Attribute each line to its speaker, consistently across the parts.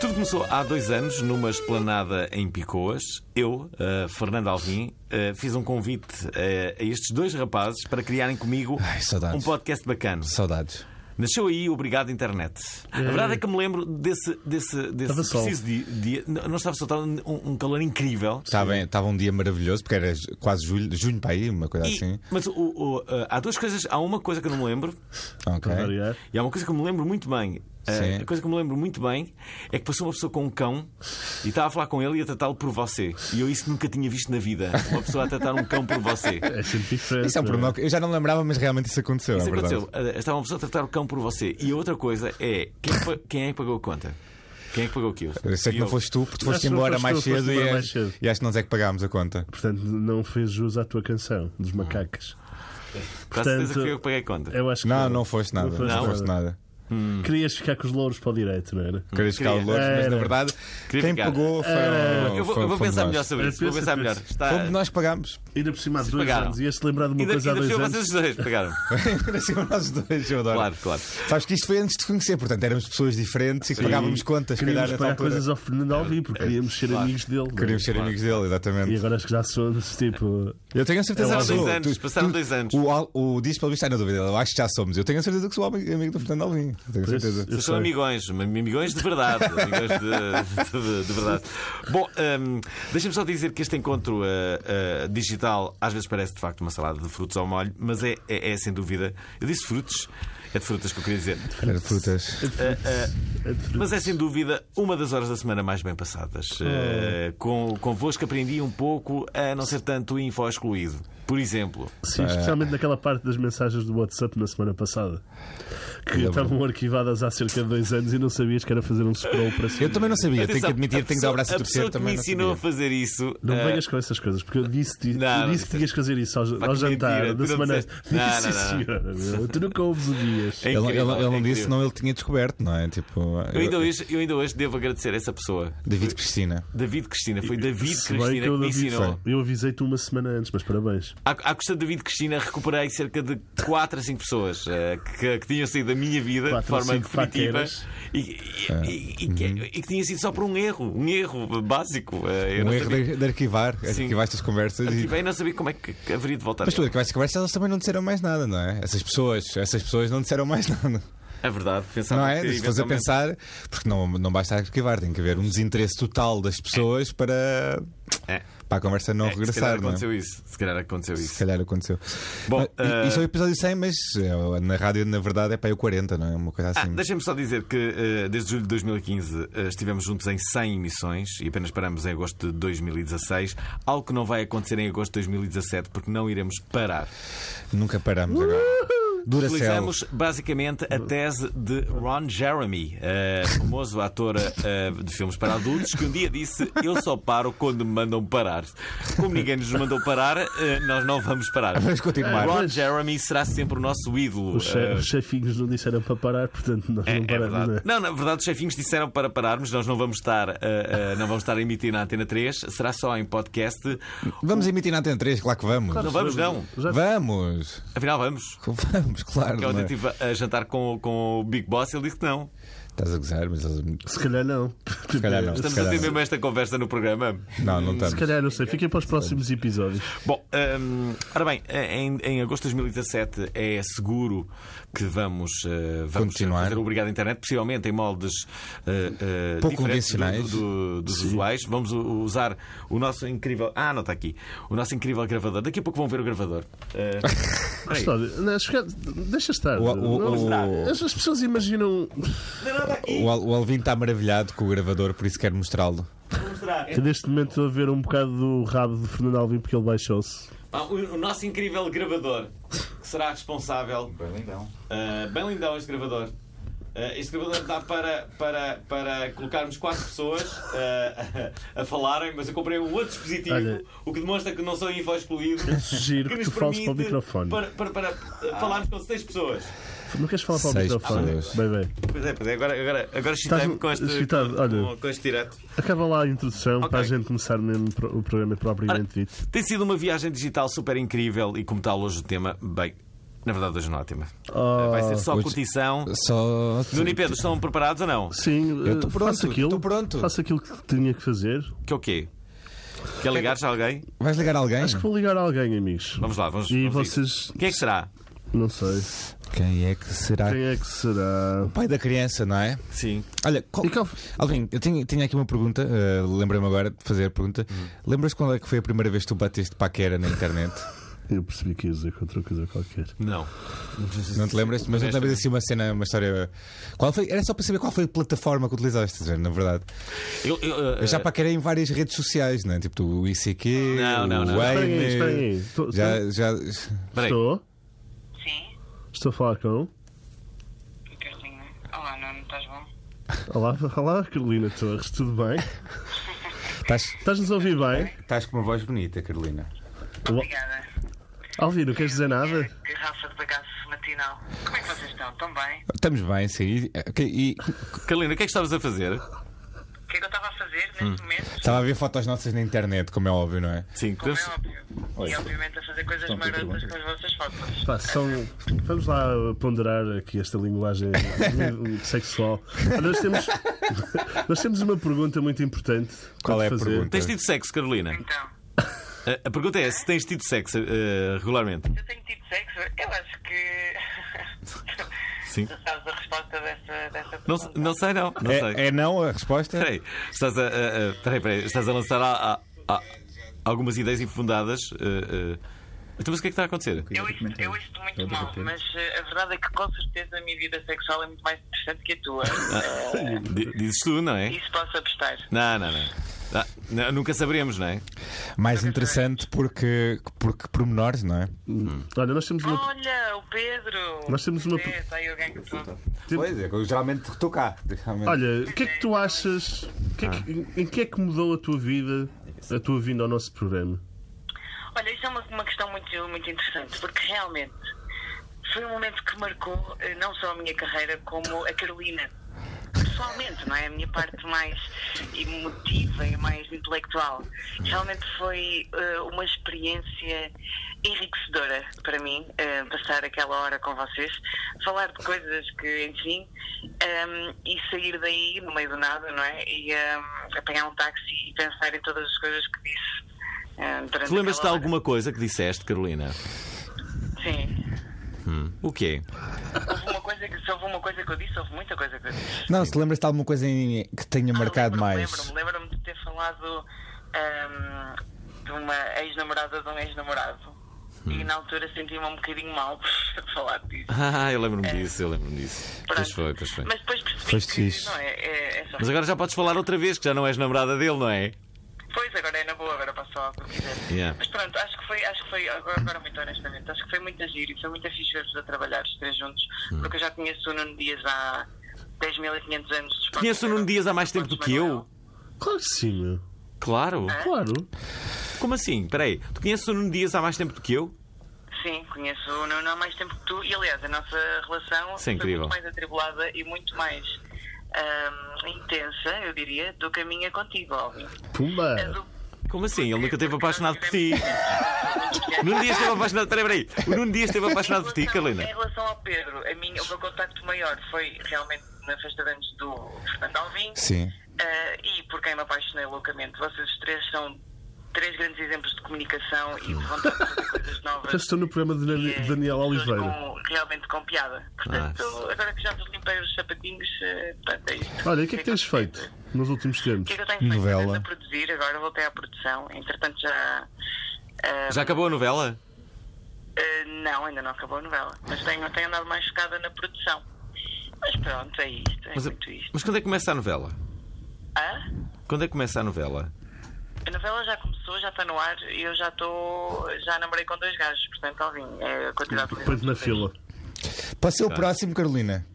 Speaker 1: Tudo começou há dois anos numa esplanada em Picoas. Eu, eh, Fernando Alvim, eh, fiz um convite eh, a estes dois rapazes para criarem comigo
Speaker 2: Ai, saudades.
Speaker 1: um podcast bacana.
Speaker 2: Saudades.
Speaker 1: Nasceu aí, obrigado internet. A verdade é que eu me lembro desse, desse, desse
Speaker 3: Estava sol.
Speaker 1: preciso dia, dia- Não não estava só, estava um, um calor incrível.
Speaker 2: Estava, estava um dia maravilhoso, porque era ju- quase julho, junho para aí, uma coisa
Speaker 1: E-
Speaker 2: assim.
Speaker 1: mas o- o, eh, há duas coisas. Há uma coisa que eu não me lembro
Speaker 2: Ok.
Speaker 3: Para variar.
Speaker 1: e há uma coisa que eu me lembro muito bem. Eh,
Speaker 2: Sim.
Speaker 1: a coisa que eu me lembro muito bem é que passou uma pessoa com um cão e estava a falar com ele e a tratá-lo por você. E eu isso nunca tinha visto na vida. Uma pessoa a tratar um cão por você.
Speaker 3: É sempre diferente.
Speaker 2: Isso é um problema que eu já não lembrava, mas realmente isso aconteceu.
Speaker 1: Isso
Speaker 2: é verdade.
Speaker 1: aconteceu. Eh, Estava uma pessoa a tratar o cão por você. E a outra coisa é quem é que, pa- quem é que pagou a conta? Quem é que pagou aquilo?
Speaker 2: Eu sei que
Speaker 1: E
Speaker 2: não
Speaker 1: eu-
Speaker 2: foste tu, porque tu
Speaker 3: Acho
Speaker 2: foste
Speaker 3: que não
Speaker 2: embora
Speaker 3: foste
Speaker 2: mais
Speaker 3: tu, foste
Speaker 2: cedo e,
Speaker 3: embora mais cedo.
Speaker 2: e acho que nós é que pagámos a conta.
Speaker 3: Portanto, não fez jus à tua canção, dos macacos.
Speaker 1: Com certeza que
Speaker 3: portanto,
Speaker 1: fui eu que paguei a conta.
Speaker 2: É
Speaker 3: Eu acho que
Speaker 2: Não, não foste nada. Não
Speaker 3: foste
Speaker 2: foste,
Speaker 3: nada.
Speaker 2: nada.
Speaker 3: Querias ficar com os louros para o direito, não era?
Speaker 2: Querias ficar os louros, mas na
Speaker 3: Era.
Speaker 2: verdade,
Speaker 1: Hum. Queria
Speaker 2: quem
Speaker 1: ficar.
Speaker 2: pagou foi.
Speaker 1: Eu vou,
Speaker 2: foi-
Speaker 1: eu vou
Speaker 2: fomos
Speaker 1: pensar
Speaker 2: um nós.
Speaker 1: melhor sobre isso. Vou
Speaker 3: Pensa,
Speaker 1: pensar melhor.
Speaker 3: pensa.
Speaker 1: Está...
Speaker 2: Fomos nós que pagámos.
Speaker 3: Ainda por cima há dois
Speaker 1: pagaram.
Speaker 3: anos. Ias-te lembrar de uma
Speaker 1: Ainda,
Speaker 3: coisa há
Speaker 1: ainda
Speaker 3: dois
Speaker 1: fui eu,
Speaker 3: anos.
Speaker 1: vocês os dois pagaram.
Speaker 2: Ainda cima nós dois, eu adoro.
Speaker 1: Claro, claro.
Speaker 2: Sabes que isto foi antes de conhecer, portanto éramos pessoas diferentes e que pagávamos contas, se calhar
Speaker 3: Queríamos
Speaker 2: nessa
Speaker 3: pagar
Speaker 2: altura.
Speaker 3: coisas ao Fernando Alvi, porque queríamos ser amigos dele. não é?
Speaker 2: Queríamos ser amigos dele, exatamente.
Speaker 3: E agora acho que já somos, tipo...
Speaker 2: Eu tenho a certeza
Speaker 1: Passaram dois
Speaker 2: absoluta.
Speaker 1: anos,
Speaker 2: Tu-
Speaker 1: passaram
Speaker 2: tu-
Speaker 1: dois anos.
Speaker 2: O, Al- o Dias, pelo visto, está na dúvida. Eu acho que já somos. Eu tenho a certeza que sou amigo amigo do Fernando Alvim. Tenho a
Speaker 3: Por isso,
Speaker 2: certeza.
Speaker 3: eu
Speaker 1: Vocês são
Speaker 3: sei.
Speaker 1: amigões, amigões de verdade. Amigões de, de- de verdade. Bom, hum, deixa-me só dizer que este encontro ah, ah, digital às vezes parece de facto uma salada de frutos ao molho, mas é, é, é sem dúvida. Eu disse frutos, é de frutas que eu queria dizer.
Speaker 2: Era de frutas.
Speaker 1: Mas é sem dúvida uma das horas da semana mais bem passadas.
Speaker 2: Ah.
Speaker 1: Eh, com, convosco aprendi um pouco a não ser tanto info excluído. Por exemplo,
Speaker 3: Sim, especialmente naquela parte das mensagens do WhatsApp na semana passada. Que estavam arquivadas há cerca de dois anos e não sabias que era fazer um scroll para cima.
Speaker 2: Eu também não sabia. tenho que
Speaker 1: Atenção,
Speaker 2: admitir,
Speaker 1: a
Speaker 2: tenho que dar o braço a
Speaker 1: pessoa-
Speaker 2: torcer.
Speaker 1: pessoa que me
Speaker 2: também não
Speaker 1: ensinou a
Speaker 2: sabia.
Speaker 1: fazer isso.
Speaker 3: Não
Speaker 1: eh,
Speaker 3: venhas com essas coisas, porque eu disse-te
Speaker 1: Não,
Speaker 3: eu disse que
Speaker 1: não
Speaker 3: tinhas que fazer isso ao,
Speaker 1: Pá,
Speaker 3: ao
Speaker 1: que
Speaker 3: jantar
Speaker 1: mentira, tu
Speaker 3: da
Speaker 1: não
Speaker 3: semana.
Speaker 1: disseste. Não,
Speaker 3: Disse,
Speaker 1: não, não.
Speaker 3: senhora, meu, tu nunca ouves o Dias.
Speaker 1: é
Speaker 2: Ele, ele,
Speaker 1: incrível,
Speaker 2: ele
Speaker 1: é
Speaker 2: não disse,
Speaker 1: incrível.
Speaker 2: senão ele tinha descoberto, não é? Tipo.
Speaker 1: Eu ainda,
Speaker 2: eu-
Speaker 1: hoje, eu ainda hoje devo agradecer a essa pessoa.
Speaker 2: David Cristina.
Speaker 1: David Cristina, foi David
Speaker 3: Se bem
Speaker 1: Cristina que,
Speaker 3: eu,
Speaker 1: me
Speaker 3: David,
Speaker 1: ensinou.
Speaker 3: eu avisei-te uma semana antes, mas parabéns.
Speaker 1: À, à custa de David Cristina, recuperei cerca de 4 a 5 pessoas eh, que, que tinham saído da minha vida de
Speaker 3: Quatro a
Speaker 1: forma
Speaker 3: cinco
Speaker 1: definitiva
Speaker 3: paqueras.
Speaker 1: e,
Speaker 2: Ah.
Speaker 1: e- e- e que, e que tinha sido só por um erro, um erro básico. eh, eu
Speaker 2: Uhum. Um
Speaker 1: não
Speaker 2: erro
Speaker 1: sabia,
Speaker 2: de, de arquivar.
Speaker 1: Sim.
Speaker 2: Arquivaste as conversas e.
Speaker 1: Arquivei, não sabia como é que que haveria de voltar.
Speaker 2: Mas tu arquivaste as conversas, elas também não disseram mais nada, não é? Essas pessoas, essas pessoas não disseram mais nada.
Speaker 1: É verdade, pensava
Speaker 2: Não é?
Speaker 1: que
Speaker 2: Se fosse a
Speaker 1: eventualmente-
Speaker 2: pensar, porque não, não basta arquivar, tem que haver um desinteresse total das pessoas para,
Speaker 1: É.
Speaker 2: para a conversa não
Speaker 1: É, se calhar
Speaker 2: regressar, não é?
Speaker 1: aconteceu isso. Se calhar aconteceu
Speaker 2: Se
Speaker 1: isso.
Speaker 2: calhar aconteceu.
Speaker 1: Bom,
Speaker 2: Mas, i-
Speaker 1: eh,
Speaker 2: Isso é o episódio 100, mas eh, na rádio, na verdade, é para aí o 40, não é? Uma coisa
Speaker 1: Ah,
Speaker 2: assim.
Speaker 1: deixem-me só dizer que eh, desde julho de 2015 eh, estivemos juntos em 100 emissões e apenas paramos em agosto de 2016, algo que não vai acontecer em agosto de 2017 porque não iremos parar.
Speaker 2: Nunca paramos agora. Duracell.
Speaker 1: Utilizamos basicamente a tese de Ron Jeremy, eh, famoso ator eh, de filmes para adultos, que um dia disse: Eu só paro quando me mandam parar. Como ninguém nos mandou parar, eh, nós não vamos parar.
Speaker 2: Vamos continuar.
Speaker 1: Ron Jeremy será sempre o nosso ídolo.
Speaker 3: Os, che-
Speaker 1: eh,
Speaker 3: os chefinhos não disseram para parar, portanto nós
Speaker 1: É,
Speaker 3: não
Speaker 1: é
Speaker 3: paramos.
Speaker 1: verdade.
Speaker 3: não é?
Speaker 1: Não, na verdade, os chefinhos disseram para pararmos, nós não vamos estar, ah, ah, não vamos estar a emitir na Antena 3, será só em podcast.
Speaker 2: Vamos emitir na Antena 3, claro que vamos.
Speaker 1: Não vamos, não.
Speaker 3: Já-
Speaker 2: Vamos!
Speaker 1: Afinal, vamos.
Speaker 2: Vamos, claro.
Speaker 1: Porque ontem
Speaker 2: não é?
Speaker 1: estive a- a jantar com, com o Big Boss e ele disse que não.
Speaker 2: Estás a gozar, mas. eles-
Speaker 3: Se calhar não. Se
Speaker 2: calhar não.
Speaker 1: Estamos
Speaker 2: Se
Speaker 1: a ter
Speaker 2: calhar.
Speaker 1: mesmo esta conversa no programa.
Speaker 2: Não, não
Speaker 3: Se
Speaker 2: estamos.
Speaker 3: calhar não sei. Fiquem para os próximos episódios.
Speaker 1: Bom, hum, ora bem, em, em agosto de 2017 é seguro que vamos, eh, vamos
Speaker 2: Continuar.
Speaker 1: fazer o Obrigado Internet, possivelmente em moldes eh, eh,
Speaker 2: Pouco
Speaker 1: diferentes do-
Speaker 2: convencionais.
Speaker 1: do- do- dos usuais. Vamos u- usar o nosso incrível. Ah, não está aqui. O nosso incrível gravador. Daqui a pouco vão ver o gravador. Eh, peraí.
Speaker 3: Gostava. Não, acho que- é- deixa estar.
Speaker 2: O- o-
Speaker 3: Não-
Speaker 2: o-
Speaker 3: As, as pessoas
Speaker 1: Não,
Speaker 3: imaginam.
Speaker 1: não está aqui.
Speaker 2: O, Al- o Alvin está maravilhado com o gravador, por isso quero mostrá-lo.
Speaker 1: mostrar.
Speaker 3: Eu neste momento estou a ver um bocado do rabo de Fernando Alvim porque ele baixou-se.
Speaker 1: Pá, Ah, O, o nosso incrível gravador, que será responsável.
Speaker 4: Bem lindão.
Speaker 1: Ah, bem lindão este gravador. Ah, este gravador dá para, para, para colocarmos quatro pessoas ah, a, a falarem, mas eu comprei um outro dispositivo,
Speaker 3: Olha.
Speaker 1: o que demonstra que não sou info excluído.
Speaker 3: Sugiro que
Speaker 1: nos
Speaker 3: tu fales para o
Speaker 1: permite
Speaker 3: microfone.
Speaker 1: Para, para, para, ah, falarmos com seis pessoas.
Speaker 3: Não queres falar para o
Speaker 2: Seis
Speaker 3: microfone?
Speaker 2: pessoas.
Speaker 3: Bem, bem.
Speaker 1: Pois é, pois é, agora, agora, agora
Speaker 3: excitei-me com este- excitado, olha. com-
Speaker 1: este direto.
Speaker 3: Acaba lá a introdução
Speaker 1: Ok.
Speaker 3: para a gente começar mesmo pro- o programa propriamente dito.
Speaker 1: Tem sido uma viagem digital super incrível e, como tal, hoje o tema, bem, na verdade, hoje não há tema.
Speaker 3: Ah,
Speaker 1: Vai ser só
Speaker 2: hoje-
Speaker 1: curtição.
Speaker 2: Só.
Speaker 1: Nuno e Pedro, estão preparados ou não?
Speaker 3: Sim,
Speaker 2: Eu tô
Speaker 3: eh,
Speaker 2: pronto,
Speaker 3: faça aquilo.
Speaker 2: tô pronto.
Speaker 3: Faça aquilo que tinha que fazer.
Speaker 1: Que é o quê? Quer ligar-se a alguém?
Speaker 2: Vais ligar alguém?
Speaker 3: Acho que vou ligar a alguém, amigos.
Speaker 1: Vamos lá, vamos.
Speaker 3: E
Speaker 1: vamos a isso.
Speaker 3: vocês,
Speaker 1: Quem é que será?
Speaker 3: não sei,
Speaker 2: Quem é que será?
Speaker 3: quem é que será?
Speaker 2: O pai da criança, não é?
Speaker 1: Sim.
Speaker 2: Olha, qual...
Speaker 3: E qual-
Speaker 2: Alvin, eu tinha, tinha aqui uma pergunta, eh, lembrei-me agora de fazer a pergunta. Lembras quando é que foi a primeira vez que tu bateste paquera na internet?
Speaker 3: Eu percebi que ia dizer com outra coisa qualquer.
Speaker 1: Não.
Speaker 2: Não te lembras? Mas não te lembras
Speaker 1: Honestamente.
Speaker 2: assim uma cena, uma história. Qual foi? Era só para saber qual foi a plataforma que utilizaste, na verdade.
Speaker 1: Eu, eu, eh,
Speaker 2: Eu já paquerei em várias redes sociais, não é? Tipo o ICQ,
Speaker 1: Não, não, não.
Speaker 2: o Wayne.
Speaker 3: Espera aí, espera aí. Tô-
Speaker 2: Já, já...
Speaker 1: peraí.
Speaker 3: Estou?
Speaker 5: Sim,
Speaker 3: Estou a falar com?
Speaker 5: Carolina. é? Olá, Nuno, estás bom?
Speaker 3: Olá, olá Carolina Torres, tudo bem?
Speaker 2: Estás,
Speaker 3: Estás-nos a ouvir bem?
Speaker 2: estás com uma voz bonita, Carolina.
Speaker 5: Obrigada.
Speaker 3: Alvin, não queres dizer
Speaker 5: É,
Speaker 3: nada?
Speaker 5: garrafa de bagaço matinal. Como é que vocês estão? Estão bem?
Speaker 2: Estamos bem, sim. E- ok, E
Speaker 1: Carolina, o que é que estavas a fazer?
Speaker 5: O que é que eu estava a fazer neste
Speaker 1: Hum.
Speaker 5: momento?
Speaker 2: estava a ver fotos nossas na internet, como é óbvio, não é?
Speaker 1: Sim,
Speaker 5: Como é
Speaker 1: deve-
Speaker 5: óbvio. E obviamente a fazer coisas
Speaker 1: Então,
Speaker 5: marotas com as vossas fotos.
Speaker 3: Pá, são... Vamos lá ponderar aqui esta linguagem sexual. Nós temos, nós temos uma pergunta muito importante. para
Speaker 2: Qual
Speaker 3: te
Speaker 2: é a
Speaker 3: fazer.
Speaker 2: pergunta?
Speaker 1: Tens tido sexo, Carolina?
Speaker 5: Então,
Speaker 1: A, a pergunta é se tens tido sexo eh, regularmente.
Speaker 5: eu tenho tido sexo? Eu acho que.
Speaker 1: Sim.
Speaker 5: Já sabes a resposta dessa, dessa
Speaker 1: Não,
Speaker 5: pergunta.
Speaker 1: não sei, não. Não sei.
Speaker 2: É, é não a resposta?
Speaker 1: Peraí, estás a, a- a- peraí, peraí, estás a lançar a- a- a- algumas ideias infundadas. eh, eh. Então, mas o que é que está a acontecer?
Speaker 5: Eu isto, eu isto muito mal, mas eh, a verdade é que com certeza a minha vida sexual é muito mais interessante que a tua. Eh,
Speaker 1: Di- Dizes tu, não é?
Speaker 5: isso posso apostar.
Speaker 1: Não, não, não. Ah, não, Nunca saberemos, não é?
Speaker 2: Mais interessante porque, porque pormenores, não é?
Speaker 3: Olha, nós temos uma...
Speaker 5: Olha, o Pedro!
Speaker 3: Nós temos uma-
Speaker 5: Pois é, Está aí alguém que tu-
Speaker 2: Pois é, eu geralmente estou cá.
Speaker 3: Olha, o que é que tu achas? o que é que- em- em que é que mudou a tua vida, a tua vinda ao nosso programa?
Speaker 5: Olha, isso é uma, uma questão muito, muito interessante, porque realmente foi um momento que marcou eh, não só a minha carreira, como a Carolina. Pessoalmente, não é? A minha parte mais emotiva e mais intelectual. Realmente foi eh, uma experiência enriquecedora para mim, eh, passar aquela hora com vocês, falar de coisas que, enfim, ehm, e sair daí no meio do nada, não é? E ehm, apanhar um táxi e pensar em todas as coisas que disse. eh, durante
Speaker 1: Tu lembras-te de
Speaker 5: aquela hora.
Speaker 1: alguma coisa que disseste, Carolina?
Speaker 5: Sim.
Speaker 1: O quê?
Speaker 5: Houve uma coisa que, se houve uma coisa que eu disse, houve muita coisa que eu disse.
Speaker 2: Não, se lembras de alguma coisa em- que tenha marcado
Speaker 5: lembro
Speaker 2: mais.
Speaker 5: Ah, Lembro-me lembro-me de ter falado ahm, de uma ex-namorada de um ex-namorado.
Speaker 1: Hum.
Speaker 5: E na altura senti-me um bocadinho mal por falar disso.
Speaker 1: Ah, eu lembro-me disso, eu lembro-me disso. Pois
Speaker 5: Pronto.
Speaker 1: foi, pois foi.
Speaker 5: Mas depois percebi
Speaker 2: Foste
Speaker 5: que
Speaker 2: fixe.
Speaker 5: não é, é, é só.
Speaker 1: Mas agora já podes falar outra vez, que já não és namorada dele, não é?
Speaker 5: Pois, agora é na boa, agora posso falar o que eu quiser.
Speaker 1: Yeah.
Speaker 5: Mas pronto, acho que foi, acho que foi agora, agora muito honestamente, acho que foi muito giro e foi muito fixe ver-vos a trabalhar os três juntos,
Speaker 1: Hum.
Speaker 5: porque eu já conheço o Nuno Dias há 10.500 anos.
Speaker 1: Conheço o Nuno Dias há mais tempo do que eu?
Speaker 3: Claro que sim, meu.
Speaker 1: Claro.
Speaker 5: Ah.
Speaker 3: Claro.
Speaker 1: Como assim? Peraí, tu conheces o Nuno Dias há mais tempo do que eu?
Speaker 5: Sim, conheço o Nuno há mais tempo que tu e aliás a nossa relação
Speaker 1: Isso é
Speaker 5: foi
Speaker 1: incrível.
Speaker 5: muito mais atribulada e muito mais ahm, intensa, eu diria, do que a minha contigo, Alvin.
Speaker 3: Pumba.
Speaker 1: É.
Speaker 5: A do-
Speaker 1: Como assim? Ele nunca esteve
Speaker 5: porque nós
Speaker 1: apaixonado por ti.
Speaker 5: tivemos-
Speaker 1: O Nuno Dias esteve apaixonado. Peraí, peraí. O Nuno Dias esteve apaixonado por ti,
Speaker 5: Em relação-
Speaker 1: Carolina.
Speaker 5: Em relação ao Pedro, a minha, o meu contacto maior foi realmente na festa de anos do Fernando Alvim
Speaker 2: Sim.
Speaker 5: eh, e por quem me apaixonei loucamente. Vocês três são três grandes exemplos de comunicação e de vontade de fazer coisas novas.
Speaker 3: Já estou no programa de
Speaker 5: E,
Speaker 3: Dani-
Speaker 5: eh,
Speaker 3: Daniel
Speaker 5: pessoas
Speaker 3: Oliveira.
Speaker 5: com- realmente com piada. Portanto,
Speaker 1: Ah.
Speaker 5: agora que já vos limpei os sapatinhos, eh, portanto, é isto.
Speaker 3: Olha, e o que é que tens feito nos últimos
Speaker 5: O
Speaker 3: tempos?
Speaker 5: que é que eu tenho feito?
Speaker 2: Novela.
Speaker 5: Portanto, A produzir, agora voltei à produção. Entretanto, já. eh,
Speaker 1: Já acabou a novela?
Speaker 5: Uh, não, ainda não acabou a novela. Mas tenho, tenho andado mais focada na produção. Mas pronto, é isto. É
Speaker 1: Mas,
Speaker 5: muito isto.
Speaker 1: mas quando é que começa a novela?
Speaker 5: Ah?
Speaker 1: Quando é que começa a novela?
Speaker 5: A novela já começou, já está no ar e eu já estou. Já namorei com dois gajos, portanto, Alvin, é a quantidade de
Speaker 3: Põe-te na fila.
Speaker 2: Pode ser o próximo, Carolina.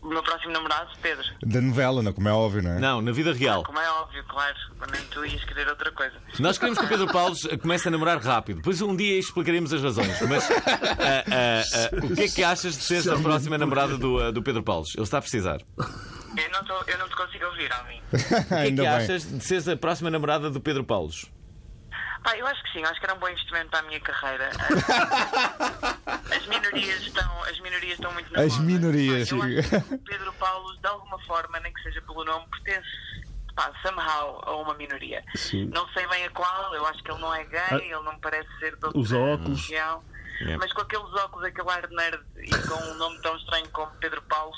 Speaker 5: O meu próximo namorado, Pedro.
Speaker 2: Da novela, não, como é óbvio, não é?
Speaker 1: Não, na vida real.
Speaker 5: Como é óbvio, claro, nem tu ias querer outra coisa.
Speaker 1: Nós queremos que o Pedro Paulo comece a namorar rápido. Depois um dia explicaremos as razões. Mas ah, ah, ah, o que é que achas de seres a próxima namorada do, ah, do Pedro Paulo? Ele está a precisar. O
Speaker 5: Eu não, tô- eu não te consigo ouvir, Alvin.
Speaker 1: que é que
Speaker 2: Ainda bem.
Speaker 1: achas de seres a próxima namorada do Pedro Paulo?
Speaker 5: Pá, eu acho que sim, acho que era um bom investimento para a minha carreira. As minorias estão, as minorias estão muito na
Speaker 2: As
Speaker 5: moda.
Speaker 2: minorias.
Speaker 5: Pá, eu acho que o Pedro Paulo, de alguma forma, nem que seja pelo nome, pertence pá, somehow a uma minoria.
Speaker 3: Sim.
Speaker 5: Não sei bem a qual, eu acho que ele não é gay,
Speaker 3: Ah,
Speaker 5: ele não me parece ser de outra
Speaker 3: os óculos.
Speaker 5: religião,
Speaker 1: Yeah.
Speaker 5: Mas com aqueles óculos, aquele ar nerd e com um nome tão estranho como Pedro Paulo,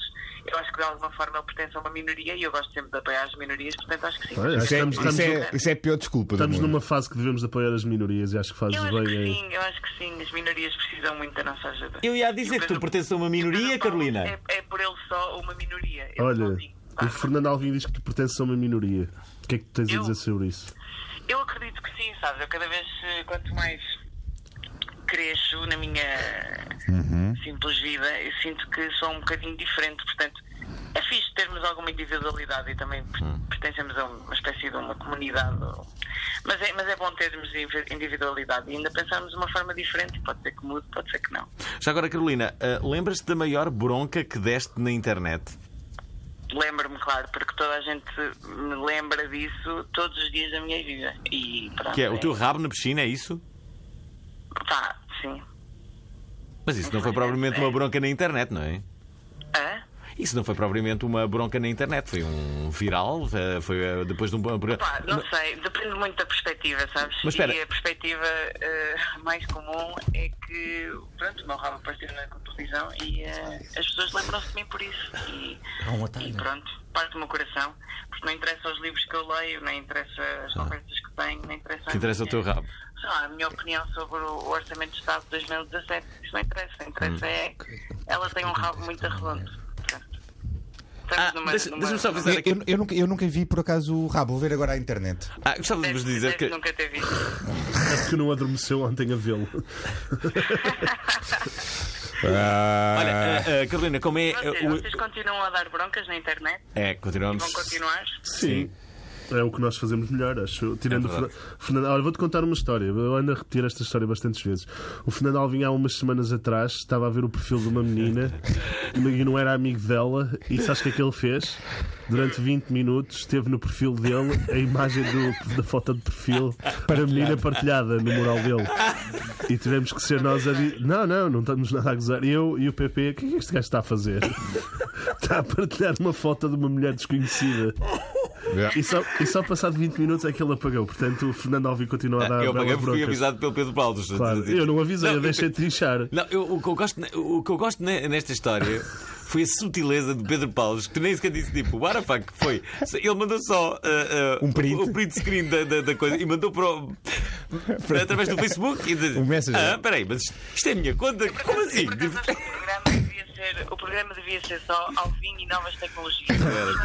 Speaker 5: eu acho que de alguma forma ele pertence a uma minoria e eu gosto sempre de apoiar as minorias, portanto acho que sim.
Speaker 3: Olha, acho
Speaker 2: Isso
Speaker 3: que
Speaker 2: é,
Speaker 3: estamos,
Speaker 2: isso,
Speaker 3: estamos-
Speaker 2: é, isso é a pior desculpa do
Speaker 3: estamos
Speaker 2: mundo.
Speaker 3: numa fase que devemos de apoiar as minorias e acho que fazes
Speaker 5: Eu acho
Speaker 3: bem é
Speaker 5: que
Speaker 3: aí.
Speaker 5: sim, eu acho que sim. As minorias precisam muito da nossa ajuda.
Speaker 1: Eu ia dizer que tu pertences a uma minoria, Carolina.
Speaker 5: É, é por ele só uma minoria. Eu
Speaker 3: Olha,
Speaker 5: sozinho. Pá,
Speaker 3: o Fernando Alvim diz que tu pertences a uma minoria. O que é que tu tens a
Speaker 5: Eu?
Speaker 3: dizer sobre isso?
Speaker 5: Eu acredito que sim, sabes? Eu cada vez, eh, quanto mais cresço na minha
Speaker 3: Uhum.
Speaker 5: simples vida, eu sinto que sou um bocadinho diferente. Portanto, é fixe termos alguma individualidade e também per-
Speaker 3: Hum.
Speaker 5: pertencemos a uma espécie de uma comunidade. ou- Mas é, mas é bom termos invi- individualidade e ainda pensarmos de uma forma diferente. Pode ser que mude, pode ser que não.
Speaker 1: Já agora, Carolina, ah, lembras-te da maior bronca que deste na internet?
Speaker 5: Lembro-me, claro, porque toda a gente me lembra disso todos os dias da minha vida. E pronto.
Speaker 1: Que é o teu rabo na piscina, é isso?
Speaker 5: Tá, sim.
Speaker 1: Mas isso não foi propriamente uma bronca na internet, não é?
Speaker 5: Hã?
Speaker 1: Isso não foi propriamente uma bronca na internet, foi um viral, eh, foi eh, depois de um programa.
Speaker 5: Pá, não, sei, depende muito da perspectiva, sabes?
Speaker 1: Mas espera.
Speaker 5: E a perspectiva eh, mais comum é que, pronto, o meu rabo apareceu na televisão e eh, as pessoas lembram-se de mim por isso. E,
Speaker 2: um
Speaker 5: e pronto, parte do meu coração, porque não interessa os livros que eu leio, nem interessa as conversas que tenho, nem interessa.
Speaker 1: Que interessa o teu rabo.
Speaker 5: Sei lá, a minha opinião sobre o Orçamento de Estado de 2017, isso não interessa.
Speaker 1: Hum.
Speaker 5: Interessa é que ela tem um rabo muito arredondo. Portanto, estamos
Speaker 1: Ah, deixa- deixa-me só fazer-
Speaker 2: Eu, eu, eu nunca, eu nunca vi por acaso o rabo, vou ver agora à internet.
Speaker 1: Ah, gostava de
Speaker 5: Deve,
Speaker 1: vos dizer
Speaker 5: deve
Speaker 1: que.
Speaker 5: nunca ter visto.
Speaker 3: É porque não adormeceu ontem a vê-lo.
Speaker 1: Olha,
Speaker 2: Ah,
Speaker 1: eh, eh, Carolina, como é. eh,
Speaker 5: Vocês,
Speaker 1: o-
Speaker 5: vocês continuam a dar broncas na internet?
Speaker 1: É, continuamos.
Speaker 5: Vão continuar?
Speaker 3: Sim. É o que nós fazemos melhor, acho. eu. Tirando
Speaker 1: É
Speaker 3: o
Speaker 1: verdade.
Speaker 3: Fernan- Fernando. Olha, vou-te contar uma história. Eu ando a repetir esta história bastantes vezes. O Fernando Alvim, há umas semanas atrás, estava a ver o perfil de uma menina e não era amigo dela. E sabes o que é que ele fez? Durante 20 minutos, esteve no perfil dele a imagem do- da foto de perfil para a menina partilhada no mural dele. E tivemos que ser nós a dizer: Não, não, não estamos nada a gozar. Eu e o PP, o que é que este gajo está a fazer? Está a partilhar uma foto de uma mulher desconhecida.
Speaker 2: é.
Speaker 3: E só, e só passado 20 minutos é que ele apagou. Portanto, o Fernando Alvim continua a dar
Speaker 1: Ah, Eu
Speaker 3: belas
Speaker 1: paguei porque fui
Speaker 3: broncas.
Speaker 1: avisado pelo Pedro Paulo. dos-
Speaker 3: Claro, eu não avisei,
Speaker 1: Não,
Speaker 3: eu deixei de trinchar.
Speaker 1: Não, eu- o, que eu gosto, o que eu gosto ne- nesta história foi a sutileza de Pedro Paulo, que nem sequer disse tipo, what the fuck, foi. Ele mandou só eh, eh,
Speaker 2: Um print.
Speaker 1: o print screen da, da- da coisa e mandou para o- através do Facebook e disse,
Speaker 2: Um message.
Speaker 1: Ah, peraí, mas isto é a minha conta? Como assim?
Speaker 5: Por acaso, acho que o programa devia ser, o programa devia ser só Alvin e novas tecnologias. Basicamente,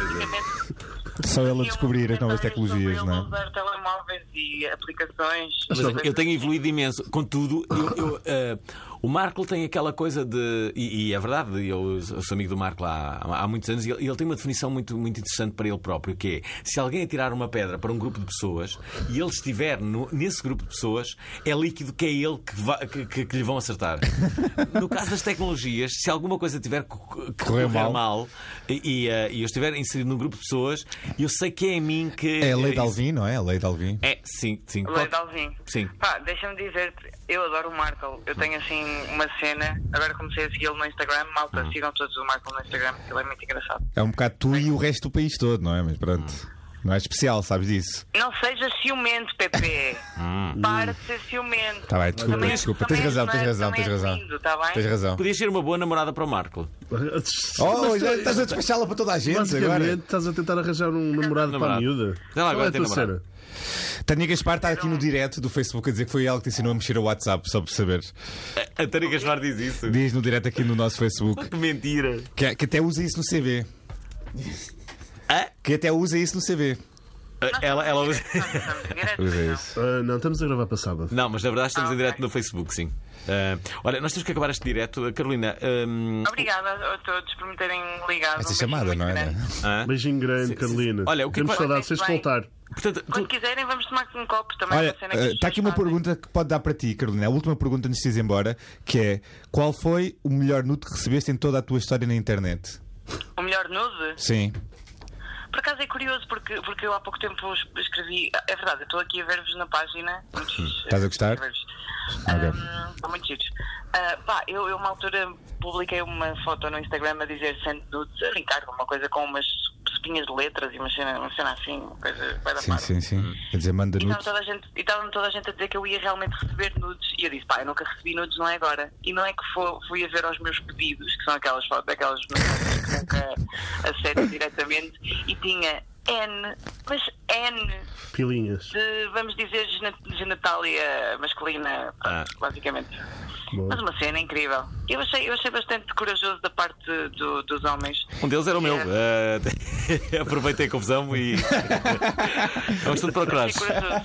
Speaker 2: só ele a
Speaker 5: tinha
Speaker 2: descobrir
Speaker 5: uma
Speaker 2: as novas
Speaker 5: mensagem
Speaker 2: tecnologias,
Speaker 5: sobre ele
Speaker 2: não é?
Speaker 5: usar telemóveis e aplicações.
Speaker 1: Mas é eu tenho evoluído imenso. Contudo, eu- eu, eh, o Marco tem aquela coisa de. E, e é verdade, eu, sou amigo do Marco há, há muitos anos e ele, ele tem uma definição muito, muito interessante para ele próprio: que é se alguém atirar uma pedra para um grupo de pessoas e ele estiver no- nesse grupo de pessoas, é líquido que é ele que, va- que- que- que lhe vão acertar. No caso das tecnologias, se alguma coisa tiver que, que
Speaker 2: Correr
Speaker 1: correr
Speaker 2: mal.
Speaker 1: mal, e, eh, e eu estiver inserido num grupo de pessoas, eu sei que é em mim que.
Speaker 2: É a lei
Speaker 1: eh,
Speaker 2: de
Speaker 1: isso-
Speaker 2: Alvin, não é? A lei de Alvin.
Speaker 1: É, sim, sim.
Speaker 5: Lei de Alvin.
Speaker 1: Sim.
Speaker 5: Pá, deixa-me dizer-te, eu adoro o Marco. Eu tenho assim uma cena. Agora comecei a segui-lo no Instagram. Malta,
Speaker 2: Uhum.
Speaker 5: sigam todos o Marco no Instagram, que ele é muito engraçado.
Speaker 2: É um bocado tu e o resto do país todo, não é? Mas pronto. Não é especial, sabes disso?
Speaker 5: Não seja ciumento, Pepe. Para de ser ciumento.
Speaker 2: Hum. Tá bem, desculpa,
Speaker 5: Também- é
Speaker 2: desculpa.
Speaker 5: também
Speaker 2: Tens razão,
Speaker 5: és-
Speaker 2: tens razão,
Speaker 5: também
Speaker 2: tens
Speaker 5: és
Speaker 2: razão.
Speaker 5: lindo, tá bem?
Speaker 2: Tens razão.
Speaker 1: Podias ser uma boa namorada para o Marco.
Speaker 2: Oh, já estás a despachá-la para toda a gente agora.
Speaker 3: Basicamente, estás a tentar arranjar um namorado para a
Speaker 1: Namorado.
Speaker 3: miúda.
Speaker 1: Já lá
Speaker 3: Qual é a
Speaker 1: agora tem
Speaker 3: tua
Speaker 1: namorado.
Speaker 3: cena?
Speaker 2: Tânia Gaspar está aqui no direto do Facebook a dizer que foi ela que te ensinou a mexer o WhatsApp, só por saber.
Speaker 1: A Tânia Gaspar diz isso.
Speaker 2: Diz no direto aqui no nosso Facebook
Speaker 1: Que mentira.
Speaker 2: que, que até usa isso no CV.
Speaker 1: Hã?
Speaker 2: Que até usa isso no CV.
Speaker 5: Nós
Speaker 1: Ah, Ela- ela usa-
Speaker 5: estamos em direto,
Speaker 2: Pois é
Speaker 5: não.
Speaker 2: isso.
Speaker 3: Ah, não, estamos a gravar passada.
Speaker 1: Não, mas na verdade estamos
Speaker 5: Ah,
Speaker 1: em direto
Speaker 5: ok.
Speaker 1: no Facebook, sim. Ah, olha, nós temos que acabar este direto. eh, Carolina, hum,
Speaker 5: Obrigada a todos por me terem ligado.
Speaker 2: Essa
Speaker 5: Um
Speaker 2: chamada,
Speaker 5: beijinho
Speaker 2: não
Speaker 5: muito
Speaker 2: é?
Speaker 5: grande.
Speaker 1: ah,
Speaker 3: Beijinho grande,
Speaker 1: Sim, sim, sim.
Speaker 3: Carolina.
Speaker 1: Olha, o que é que
Speaker 3: Temos
Speaker 1: vai-
Speaker 3: saudades, tens de
Speaker 5: Bem.
Speaker 3: voltar.
Speaker 1: portanto, tu-
Speaker 5: Quando quiserem, vamos tomar um copo também.
Speaker 2: Olha,
Speaker 5: uma cena que as
Speaker 2: está aqui uma
Speaker 5: pessoas
Speaker 2: pergunta que pode dar para ti, Carolina. A última pergunta antes de ires embora, que é qual foi o melhor nude que recebeste em toda a tua história na internet?
Speaker 5: fazem. O melhor nude?
Speaker 2: Sim.
Speaker 5: Por acaso é curioso, porque, porque eu há pouco tempo es- escrevi. É verdade, eu estou aqui a ver-vos na página. Muito fixe.
Speaker 2: Hum, Estás a gostar? Ah,
Speaker 5: ver-vos.
Speaker 2: Ok.
Speaker 5: Ahm, Estão muito giros. Ah, pá, eu, eu, uma altura, publiquei uma foto no Instagram a dizer Santo Nudes a brincar com uma coisa com umas espinhas de letras e uma cena, uma cena assim, uma coisa. bué da
Speaker 2: Sim,
Speaker 5: parva.
Speaker 2: sim, sim. Quer dizer, manda
Speaker 5: E estava
Speaker 2: nude.
Speaker 5: Então toda a gente- e estava-me toda a gente a dizer que eu ia realmente receber nudes. E eu disse, pá, eu nunca recebi nudes, não é agora. E não é que fo- fui a ver aos meus pedidos, que são aquelas fotos, aquelas mensagens que nunca acesso diretamente, e tinha N, mas N
Speaker 3: Pilinhas.
Speaker 5: de, vamos dizer, genitália masculina,
Speaker 1: Ah.
Speaker 5: basicamente.
Speaker 3: Boa.
Speaker 5: Mas uma cena incrível. Eu achei, eu achei bastante corajoso da parte do- dos homens.
Speaker 1: um deles era o meu. Ah, aproveitei a confusão e. É um estudo procurado.
Speaker 5: Fiquei corajoso.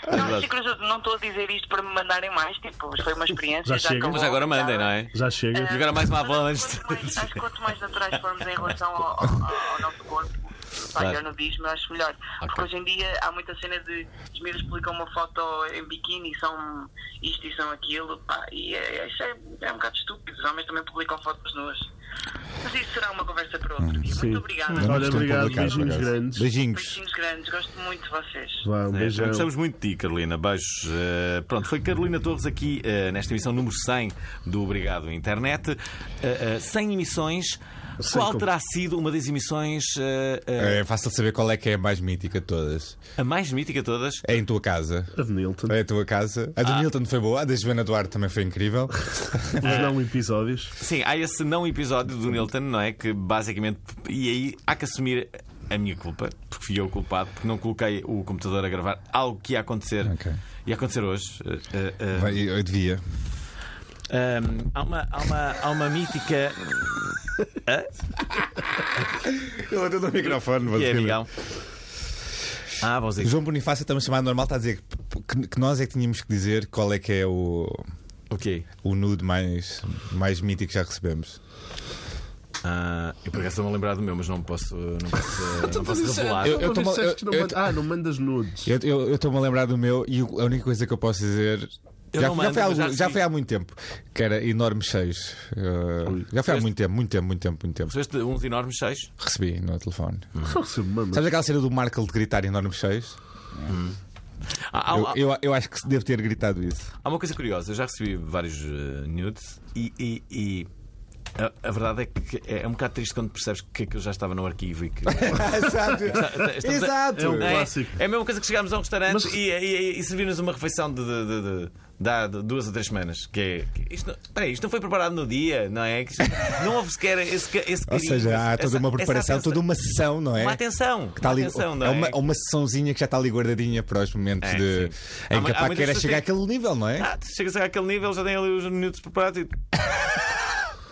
Speaker 5: Não, fiquei corajoso. Não estou a dizer isto para me mandarem mais, tipo, foi uma experiência.
Speaker 3: Já chega.
Speaker 5: acabou.
Speaker 1: Mas agora mandem, não é?
Speaker 3: Já chega.
Speaker 5: Ah,
Speaker 1: E agora mais uma avalanche.
Speaker 5: Quanto mais- Acho que quanto mais naturais formos em relação ao, ao- ao nosso corpo, pá,
Speaker 1: Claro.
Speaker 5: eu não diz, mas acho melhor. Porque
Speaker 1: Ok.
Speaker 5: hoje em dia há muita cena de os miúdos publicam uma foto em biquíni e são isto e são aquilo, pá, e é, isso é, é um bocado estúpido. Os homens também publicam fotos nuas. Mas isso será uma conversa para outro dia.
Speaker 3: Sim.
Speaker 5: Muito obrigada.
Speaker 2: Eu não é
Speaker 3: Olha,
Speaker 2: costumo
Speaker 3: obrigado,
Speaker 2: publicar, por
Speaker 3: beijinhos
Speaker 2: acaso.
Speaker 3: grandes.
Speaker 2: Beijinhos.
Speaker 5: Beijinhos grandes, gosto muito de vocês.
Speaker 3: Vá, um
Speaker 1: É,
Speaker 3: beijão.
Speaker 1: Gostamos muito de ti, Carolina. Beijos. Eh, pronto, foi Carolina Torres aqui eh, nesta emissão número 100 do Obrigado Internet. Eh, eh, 100 emissões.
Speaker 3: Sem
Speaker 1: Qual
Speaker 3: como.
Speaker 1: terá sido uma das emissões eh, eh,
Speaker 2: É fácil saber qual é que é a mais mítica de todas.
Speaker 1: a mais mítica de todas?
Speaker 2: É em tua casa.
Speaker 3: A de Nilton.
Speaker 2: É a tua casa. A do Milton foi boa, a da Joana Duarte também foi incrível.
Speaker 1: É.
Speaker 3: Os não episódios.
Speaker 1: Sim, há esse não episódio do Nilton, não é? Que basicamente. E aí há que assumir a minha culpa, porque fui eu o culpado, porque não coloquei o computador a gravar algo que ia acontecer.
Speaker 2: Ok.
Speaker 1: Ia acontecer hoje. Eh, eh, eh,
Speaker 2: Vai, Eu devia.
Speaker 1: ehm, há, uma, há, uma, há uma mítica.
Speaker 2: Eu até dou o microfone, vou
Speaker 1: que é,
Speaker 2: dizer.
Speaker 1: amigão? Ah, bom, Zico.
Speaker 2: um- João Bonifácio está-me chamado normal, está a dizer que- que, que nós é que tínhamos que dizer qual é que é o,
Speaker 1: Ok.
Speaker 2: o nude mais, mais mítico que já recebemos.
Speaker 1: Ah, eu por acaso estou-me a lembrar do meu, mas não posso, não posso, não posso revelar.
Speaker 2: Eu- eu
Speaker 3: Uma vez
Speaker 2: tomo-
Speaker 3: disseste que não
Speaker 2: eu-
Speaker 3: manda- Ah, não mandas nudes.
Speaker 2: Eu- Eu eu estou-me a lembrar do meu e o- a única coisa que eu posso dizer.
Speaker 1: Eu
Speaker 2: já,
Speaker 1: não
Speaker 2: já
Speaker 1: mando,
Speaker 2: foi há,
Speaker 1: mas já
Speaker 2: algum- já
Speaker 1: recebi.
Speaker 2: foi há muito tempo, que era enormes cheios. Uh, já foi há muito tempo, muito tempo, muito tempo, muito tempo.
Speaker 1: Recebeste uns enormes cheios?
Speaker 2: Recebi no telefone.
Speaker 3: Só recebo mamas.
Speaker 2: Sabes aquela cena do Markle de gritar enormes cheios?
Speaker 1: Há, há-
Speaker 2: Eu, eu, eu acho que devo ter gritado isso.
Speaker 1: há uma coisa curiosa, eu já recebi vários eh, nudes e. e- e a, a verdade é que é um bocado triste quando percebes que aquilo já estava no arquivo e que.
Speaker 2: Exato!
Speaker 1: a-
Speaker 2: Exato!
Speaker 3: É um
Speaker 1: Não é?
Speaker 3: clássico.
Speaker 1: É a mesma coisa que chegámos a um restaurante
Speaker 3: Mas-
Speaker 1: e, e, e servir-nos uma refeição de, de, de, de- de há duas ou três semanas. Que é, que isto, não, peraí, isto não foi preparado no dia, não é? Que isto- não houve sequer esse, ca- esse
Speaker 2: Ou seja, há toda uma preparação, toda
Speaker 1: tudo
Speaker 2: uma sessão, não é?
Speaker 1: Uma atenção.
Speaker 2: Que está ali,
Speaker 1: uma atenção, não
Speaker 2: é,
Speaker 1: é?
Speaker 2: uma, é uma sessãozinha que já está ali guardadinha para os momentos
Speaker 1: É,
Speaker 2: de.
Speaker 1: sim. Há
Speaker 2: em
Speaker 1: mu-
Speaker 2: que
Speaker 1: há
Speaker 2: a pá
Speaker 1: muitas
Speaker 2: quer é
Speaker 1: pessoas
Speaker 2: chegar
Speaker 1: que-
Speaker 2: àquele nível, não é?
Speaker 1: Ah, tu chegas àquele nível, já tem ali os minutos preparados e.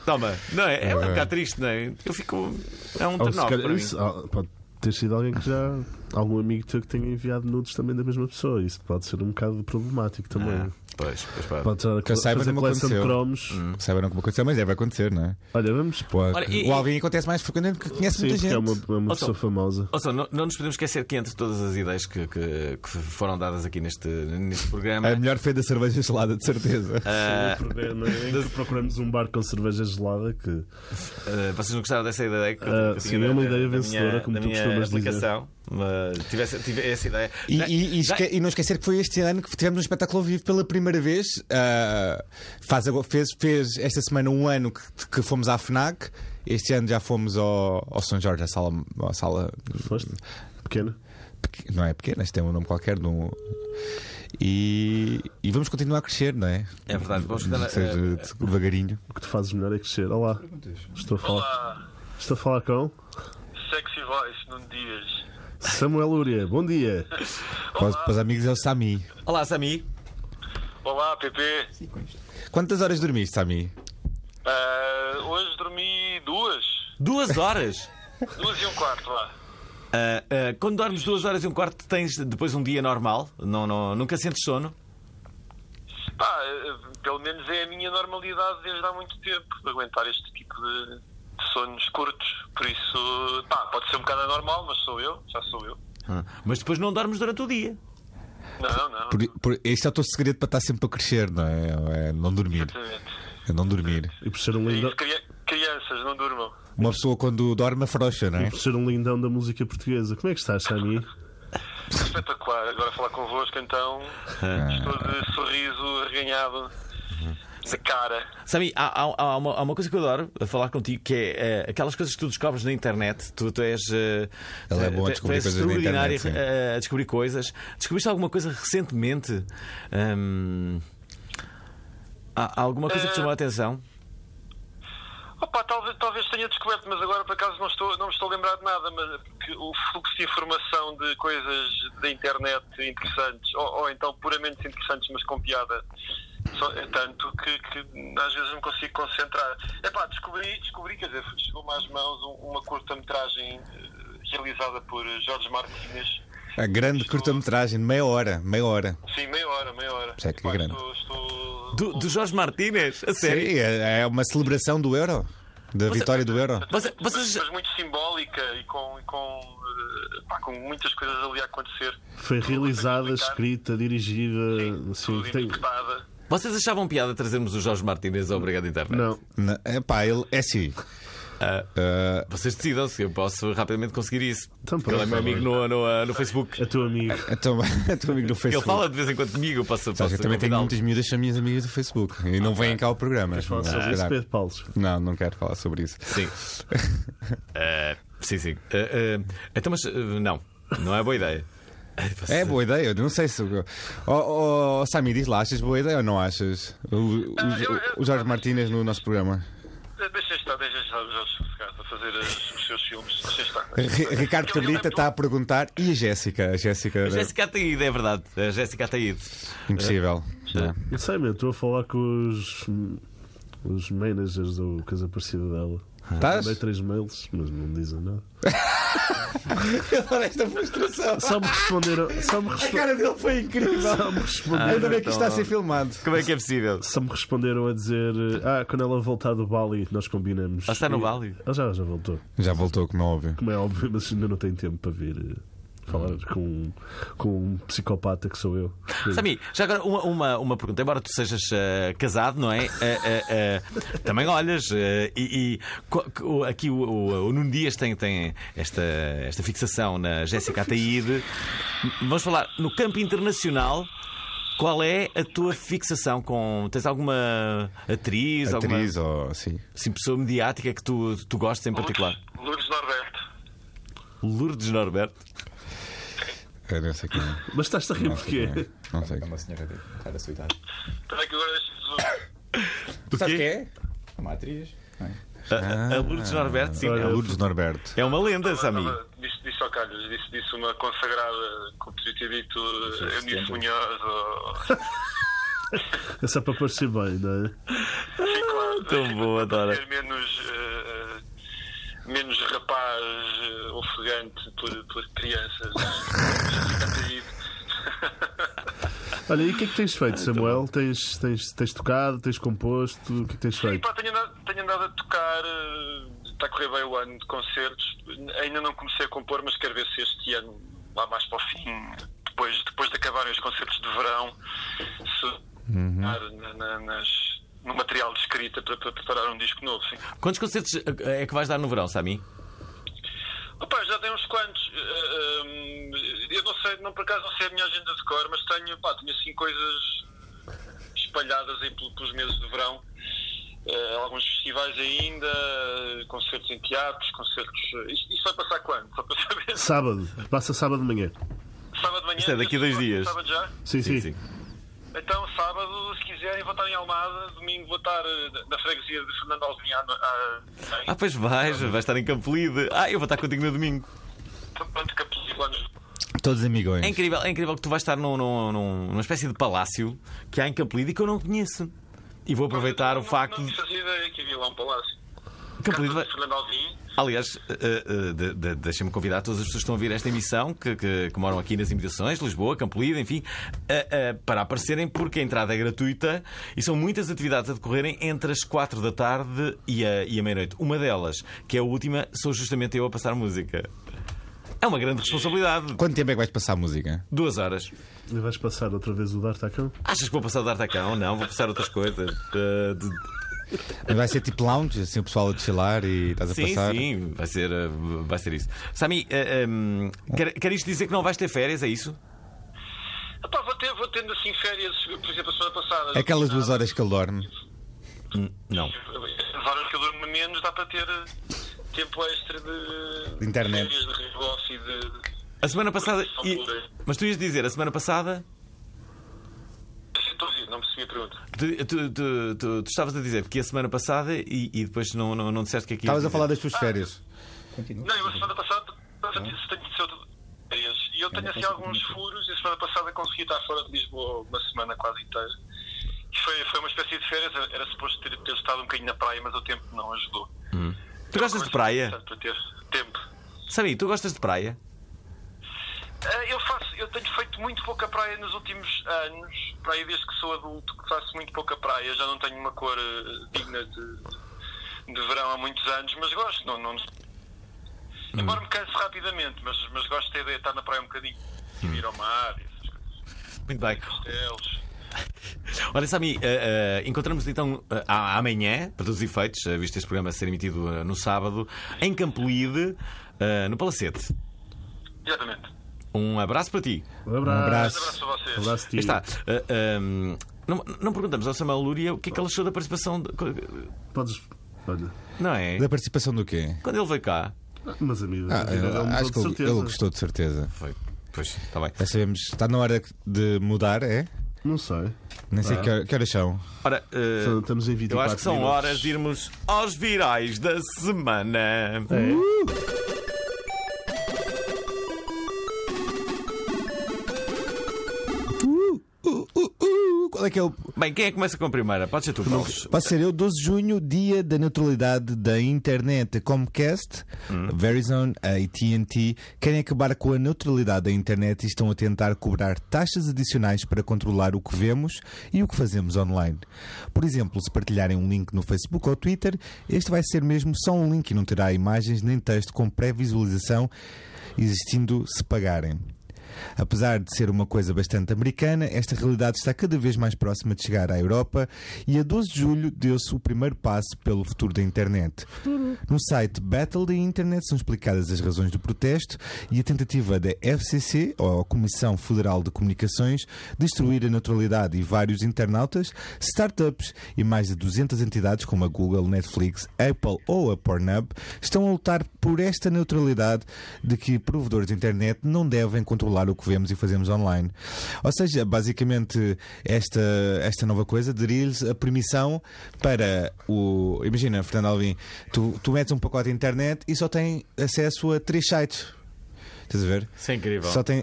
Speaker 1: Toma, não é? É um bocado triste, não é? Eu fico. É um
Speaker 3: Ou se
Speaker 1: turn off
Speaker 3: calhar-
Speaker 1: para mim.
Speaker 3: isso, ah, pode ter sido alguém que já. Algum amigo teu que tenha enviado nudes também da mesma pessoa. Isso pode ser um bocado problemático também.
Speaker 1: Ah, pois, pois, pá.
Speaker 3: Pode estar a
Speaker 2: Que eu saiba,
Speaker 3: fazer
Speaker 2: não me
Speaker 3: coleção de
Speaker 2: aconteceu.
Speaker 3: cromos.
Speaker 1: Hum.
Speaker 2: Saberam como aconteceu, mas deve acontecer, não é?
Speaker 3: Olha, vamos.
Speaker 2: Pode.
Speaker 1: Olha, e-
Speaker 2: Ou alguém acontece mais frequentemente porque conhece
Speaker 3: Sim,
Speaker 2: muita
Speaker 3: porque
Speaker 2: gente.
Speaker 3: é uma, é uma
Speaker 1: Ou só-
Speaker 3: pessoa famosa.
Speaker 1: Ouça, não, não nos podemos esquecer que entre todas as ideias que, que- que foram dadas aqui neste, neste programa.
Speaker 2: A melhor foi da cerveja gelada, de certeza.
Speaker 1: ah,
Speaker 2: É.
Speaker 3: O programa em é que procuramos um bar com cerveja gelada que.
Speaker 1: ah, vocês não gostaram dessa ideia? Que, eu-
Speaker 3: Ah,
Speaker 1: que eu
Speaker 3: sim,
Speaker 1: tinha
Speaker 3: é
Speaker 1: da-
Speaker 3: uma
Speaker 1: da-
Speaker 3: ideia
Speaker 1: da
Speaker 3: vencedora,
Speaker 1: minha-
Speaker 3: como
Speaker 1: da
Speaker 3: tu
Speaker 1: minha
Speaker 3: costumas dizer.
Speaker 1: aplicação, Mas tivesse, tive essa ideia.
Speaker 2: E,
Speaker 1: Já-
Speaker 2: e- e
Speaker 1: já-
Speaker 2: esque- e não esquecer que foi este ano que tivemos um espetáculo ao vivo pela primeira vez. Ah, faz, agora- fez, fez esta semana um ano que, que fomos à FNAC. Este ano já fomos ao, ao São Jorge, à sala, à sala
Speaker 3: Foste? Pequena?
Speaker 2: pequ- não é pequena, isto tem um nome qualquer. de um- E, e vamos continuar a crescer, não é?
Speaker 1: É verdade, vamos
Speaker 2: Ou
Speaker 1: tentar-
Speaker 2: seja, de- devagarinho.
Speaker 3: O que tu fazes melhor é crescer. Olá. Estou a falar.
Speaker 4: Olá,
Speaker 3: Estou a falar com
Speaker 4: Sexy Voice, Nuno Dias.
Speaker 3: Samuel Lúria. Bom dia.
Speaker 2: Para os, para os amigos é o Sami.
Speaker 1: Ah, Olá, Sami.
Speaker 4: Olá, PP.
Speaker 2: Quantas horas dormiste, Sami?
Speaker 4: Ah, hoje dormi duas.
Speaker 1: Duas horas.
Speaker 4: Duas e um quarto, lá.
Speaker 1: Ah, ah, quando dormes duas horas e um quarto, tens depois um dia normal? Não, não, nunca sentes sono?
Speaker 4: Pá, eh, pelo menos é a minha normalidade desde há muito tempo, de aguentar este tipo de, de sonhos curtos. Por isso, pá, pode ser um bocado anormal, mas sou eu, já sou eu.
Speaker 1: Ah, Mas depois não dormes durante o dia.
Speaker 4: Não, não.
Speaker 2: Por, por- este é o teu segredo para estar sempre a crescer, não é? É não dormir.
Speaker 4: Exatamente.
Speaker 2: É não dormir.
Speaker 3: E por ser um
Speaker 4: É
Speaker 3: lindão,
Speaker 4: isso, cria- crianças, não durmam.
Speaker 2: Uma pessoa quando dorme afrouxa, não
Speaker 3: e
Speaker 2: é?
Speaker 3: por ser um lindão da música portuguesa. Como é que estás, Sami?
Speaker 4: Espetacular. Agora falar convosco, então, estou de sorriso arreganhado na cara.
Speaker 1: Sabe, há, há- há uma, há uma coisa que eu adoro a falar contigo que é eh, aquelas coisas que tu descobres na internet. Tu, tu és. eh,
Speaker 2: Ela é
Speaker 1: tu-
Speaker 2: boa a
Speaker 1: tu- tu
Speaker 2: descobrir
Speaker 1: és
Speaker 2: coisas na
Speaker 1: extraordinária,
Speaker 2: internet, sim.
Speaker 1: eh, a descobrir coisas. Descobriste alguma coisa recentemente? Hum, há, há alguma coisa que te chamou a atenção?
Speaker 4: Opa, talvez, talvez tenha descoberto, mas agora por acaso não, estou, não me estou a lembrar de nada, mas porque o fluxo de informação de coisas da internet interessantes, ou, ou então puramente interessantes, mas com piada, só- é tanto que, que às vezes não consigo concentrar. Epá, descobri, descobri, quer dizer, chegou-me às mãos um- uma curta-metragem eh, realizada por Jorge Martínez.
Speaker 2: A grande curta-metragem, de meia hora, meia hora.
Speaker 4: Sim, meia hora, meia hora.
Speaker 2: Isso é que é
Speaker 4: Epá,
Speaker 2: grande.
Speaker 4: Estou, estou...
Speaker 1: Do, do Jorge Martínez? A
Speaker 2: Sim,
Speaker 1: sério?
Speaker 2: é é uma celebração do euro, da vitória do euro.
Speaker 1: Você- tá vocês-
Speaker 4: Mas, mas muito simbólica e com, e com, eh, pá, com muitas coisas ali a acontecer.
Speaker 3: Foi realizada, escrita, dirigida. Assim,
Speaker 4: tudo
Speaker 3: tem...
Speaker 4: interpretada.
Speaker 1: Vocês achavam piada trazermos o Jorge Martínez ao Obrigado Internet?
Speaker 3: Não,
Speaker 2: Na- Epá, ele é assim. Ah,
Speaker 1: Vocês decidam se eu posso rapidamente conseguir isso.
Speaker 3: Então,
Speaker 1: Porque ele é
Speaker 3: pronto,
Speaker 1: meu amigo no, no, ah, no Facebook.
Speaker 3: é teu amigo.
Speaker 2: então, teu amigo
Speaker 1: Ele
Speaker 2: do Facebook.
Speaker 1: fala de vez em quando comigo, eu posso,
Speaker 2: Sabes,
Speaker 1: posso
Speaker 2: Então, eu também tenho
Speaker 1: convidá-lo.
Speaker 2: muitas miúdas são minhas amigas do Facebook e não vêm cá ao programa.
Speaker 1: Ah,
Speaker 3: Fala
Speaker 2: Se
Speaker 3: sobre isso,
Speaker 2: calhar.
Speaker 3: Pedro Paulo.
Speaker 2: Não, não quero falar sobre isso.
Speaker 1: Sim. Eh, sim, sim. Eh, eh, então, mas eh, não, não é boa ideia.
Speaker 2: É boa ideia, eu não sei se. Oh, oh, Sami, diz lá, achas boa ideia ou não achas? O, o- o Jorge Martínez no nosso programa.
Speaker 4: Eh, Deixa estar, deixa estar os outros ficados a fazer as- os seus filmes. Deixa estar.
Speaker 2: Ri- Ricardo
Speaker 4: Ele- ele
Speaker 2: Cabrita
Speaker 4: é
Speaker 2: está a perguntar e a Jéssica? A Jéssica.
Speaker 1: A Jéssica Ataíde, é verdade. A Jéssica Ataíde.
Speaker 2: Impossível.
Speaker 3: Não sei, meu, estou a falar com os. Os managers do Casa Parecida dela.
Speaker 2: Estás?
Speaker 3: Dei três mails, mas não me dizem nada.
Speaker 2: Olha esta frustração.
Speaker 3: Só me responderam. Só me,
Speaker 2: A
Speaker 3: respo-
Speaker 2: cara dele foi incrível.
Speaker 3: só me responderam.
Speaker 2: Ainda bem que isto está a ser filmado.
Speaker 1: Como é que é possível?
Speaker 3: Só me responderam a dizer Ah, quando ela voltar do Bali nós combinamos
Speaker 1: Ela está no
Speaker 3: E-
Speaker 1: Bali?
Speaker 3: Ela já, já voltou,
Speaker 2: Já voltou, como é óbvio.
Speaker 3: como é óbvio, mas ainda não tem tempo para vir eh, falar com, com um psicopata que sou eu
Speaker 1: Sami, já agora uma, uma, uma pergunta. Embora tu sejas eh, casado, não é? Eh, eh, eh, também olhas. eh, e e co- co- aqui o, o, o Nuno Dias tem, tem esta, esta fixação na Jéssica Ataíde. Vamos falar no campo internacional. Qual é a tua fixação com. Tens alguma atriz? alguma...
Speaker 2: Atriz ou assim.
Speaker 1: Sim, pessoa mediática que tu, tu gostes em particular?
Speaker 4: Lourdes- Lourdes Norberto.
Speaker 1: Lourdes Norberto.
Speaker 2: Eu não sei quem é.
Speaker 3: Mas estás a rir porquê?
Speaker 2: Não sei.
Speaker 6: É uma senhora de- já da sua idade.
Speaker 4: Espera aí que agora deixa-me zoom.
Speaker 2: Sabe quem é?
Speaker 6: É uma atriz. não é?
Speaker 1: A, a- a Lourdes Norberto, sim.
Speaker 2: É Lourdes Norberto.
Speaker 1: É uma lenda, Sami.
Speaker 4: Estava- Disse, disse ao Carlos, disse, disse uma consagrada, como podia ter dito, eh, Eunice
Speaker 6: setenta.
Speaker 4: Munhoz. Ou...
Speaker 2: Ah!
Speaker 3: É só para parecer bem, não é?
Speaker 4: Sim, claro.
Speaker 1: Tão boa,
Speaker 4: Para
Speaker 1: Dora.
Speaker 4: ser menos, eh, menos rapaz eh, ofegante por, por crianças. Jéssica Ataíde.
Speaker 3: Olha, e o que é que tens feito, Samuel? Tens, tens, tens tocado, tens composto, o que é que tens
Speaker 4: E
Speaker 3: feito?
Speaker 4: pá, tenho andado, tenho andado a tocar, eh, está a correr bem o ano de concertos. Ainda não comecei a compor, mas quero ver se este ano, lá mais para o fim, depois, depois de acabarem os concertos de verão, se na- na- nas- no material de escrita para, para preparar um disco novo. Sim.
Speaker 1: Quantos concertos eh, é que vais dar no verão, Sami?
Speaker 4: Opa, já tem uns quantos. Eh, eh, eu não sei, não por acaso não sei a minha agenda de cor, mas tenho, pá, tenho assim coisas espalhadas aí pelo- pelos meses de verão. Eh, alguns festivais ainda, concertos em teatros, concertos. eh, Isto, isto vai passar quando? Só para saber.
Speaker 3: Sábado, passa sábado de manhã.
Speaker 4: Sábado de manhã.
Speaker 1: Isto é daqui a dois dias.
Speaker 4: Sábado já?
Speaker 3: Sim, sim.
Speaker 4: Então, sábado, se quiserem, vou estar em Almada. Domingo vou estar eh, na freguesia de Fernando Alvim. à no- à-
Speaker 1: Ah, pois vais, vais estar em Campolide. Ah, eu vou estar contigo no domingo.
Speaker 4: Tanto que a lá nos
Speaker 2: Todos amigões.
Speaker 1: É incrível, é incrível que tu vais estar num, num- num- numa espécie de palácio que há em Campolide e que eu não conheço. E vou aproveitar o
Speaker 4: Não-
Speaker 1: facto
Speaker 4: Não,
Speaker 1: de.
Speaker 4: não fazia ideia que havia lá um palácio.
Speaker 1: Campolide
Speaker 4: Casa
Speaker 1: vai-
Speaker 4: de Fernando Alvim,
Speaker 1: Aliás, eh, eh, de- de- deixa-me convidar todas as pessoas que estão a ouvir esta emissão, que, que- que moram aqui nas imediações, Lisboa, Campolide, enfim, eh, eh, para aparecerem, porque a entrada é gratuita e são muitas atividades a decorrerem entre as quatro da tarde e a, e a meia-noite. Uma delas, que é a última, sou justamente eu a passar música. É uma grande responsabilidade.
Speaker 2: Quanto tempo é que vais passar a música?
Speaker 1: Duas horas.
Speaker 3: E vais passar outra vez o D'Artacão?
Speaker 1: Achas que vou passar o D'Artacão? Não, vou passar outras coisas. Eh, de-
Speaker 2: Vai ser tipo lounge, assim o pessoal a desfilar e estás a
Speaker 1: Sim,
Speaker 2: passar?
Speaker 1: sim, vai ser, eh, vai ser isso. Sami, eh, ehm, quer, quer isto dizer que não vais ter férias, é isso?
Speaker 4: Epá, vou, ter, vou tendo assim férias, por exemplo, a semana passada.
Speaker 2: Aquelas duas
Speaker 4: Ah,
Speaker 2: horas que ele dorme.
Speaker 1: Não.
Speaker 4: As horas que eu durmo menos dá para ter eh, tempo extra de,
Speaker 2: De internet.
Speaker 4: férias, de revoce e de.
Speaker 1: A semana passada.
Speaker 4: Só
Speaker 1: e-
Speaker 4: por aí.
Speaker 1: Mas tu ias dizer, a semana passada.
Speaker 4: assim, Estou a ouvir, Não percebi a pergunta.
Speaker 1: Tu, tu- tu- tu- tu estavas a dizer que a semana passada e, e depois não, não, não disseste que aqui.
Speaker 2: Estavas a falar das tuas férias.
Speaker 6: Continua.
Speaker 4: Não, eu a semana passada tenho de ser de férias. E
Speaker 2: Ah,
Speaker 4: eu
Speaker 2: então
Speaker 4: tenho assim alguns furos e a semana passada consegui estar fora de Lisboa uma semana quase inteira. E foi, foi uma espécie de férias, era suposto ter, ter estado um bocadinho na praia, mas o tempo não ajudou.
Speaker 1: Tu gostas de praia?
Speaker 4: Portanto, Para ter tempo.
Speaker 1: Sami, tu gostas de praia?
Speaker 4: Ah, Eu faço, eu tenho feito muito pouca praia nos últimos anos, praia desde que sou adulto, que faço muito pouca praia, já não tenho uma cor eh, digna de, de verão há muitos anos, mas gosto, não, não embora me canse rapidamente, mas, mas gosto da ideia de estar na praia um bocadinho, e ir ao mar, e essas coisas,
Speaker 1: Muito bem.
Speaker 4: costelos.
Speaker 1: Olha, Sami, eh, eh, encontramos então eh, a- amanhã, para todos os efeitos, eh, visto este programa ser emitido eh, no sábado, em Campolide, eh, no Palacete.
Speaker 4: Exatamente.
Speaker 1: Um abraço para ti.
Speaker 3: Um abraço. Um
Speaker 2: abraço.
Speaker 4: Abraço a vocês.
Speaker 3: abraço
Speaker 1: Aí
Speaker 3: tio.
Speaker 1: está. Ah, ahm, não, não perguntamos ao Samuel Lúria o que é que ele achou da participação. de- co-
Speaker 3: Podes. Olha,
Speaker 1: Não é?
Speaker 2: Da participação do quê?
Speaker 1: Quando ele veio cá.
Speaker 3: mas é amigos,
Speaker 2: Ah, eu
Speaker 3: um
Speaker 2: acho que ele, ele gostou de certeza.
Speaker 1: Foi. Pois, está bem.
Speaker 2: Já sabemos, está na hora de mudar, é?
Speaker 3: Não sei.
Speaker 2: Nem
Speaker 1: É.
Speaker 2: sei que, hor- que horas são.
Speaker 1: Ora, ah,
Speaker 3: Então, estamos em 24
Speaker 1: eu acho que são
Speaker 3: minutos.
Speaker 1: horas de irmos aos virais da
Speaker 3: É.
Speaker 1: semana.
Speaker 2: Uh, Qual é que é o.
Speaker 1: Bem, quem é que começa com a primeira? Pode ser tu, Paulo.
Speaker 2: Pode ser eu, 12 de junho, dia da neutralidade da internet. A Comcast, Verizon, a ATT querem acabar com a neutralidade da internet e estão a tentar cobrar taxas adicionais para controlar o que vemos e o que fazemos online. Por exemplo, se partilharem um link no Facebook ou Twitter, este vai ser mesmo só um link e não terá imagens nem texto com pré-visualização, existindo se pagarem. Apesar de ser uma coisa bastante americana, esta realidade está cada vez mais próxima de chegar à Europa e a 12 de julho deu-se o primeiro passo pelo futuro da internet. No site Battle the Internet são explicadas as razões do protesto e a tentativa da FCC, ou Comissão Federal de Comunicações, destruir a neutralidade e vários internautas, startups e mais de 200 entidades como a Google, Netflix, Apple ou a Pornhub estão a lutar por esta neutralidade de que provedores de internet não devem controlar o que vemos e fazemos online. Ou seja, basicamente, esta, esta nova coisa daria-lhes a permissão para o. Imagina, Fernando Alvim, tu, tu metes um pacote de internet e só tem acesso a três sites. Estás a ver?
Speaker 1: Isso é incrível.
Speaker 2: Só tem.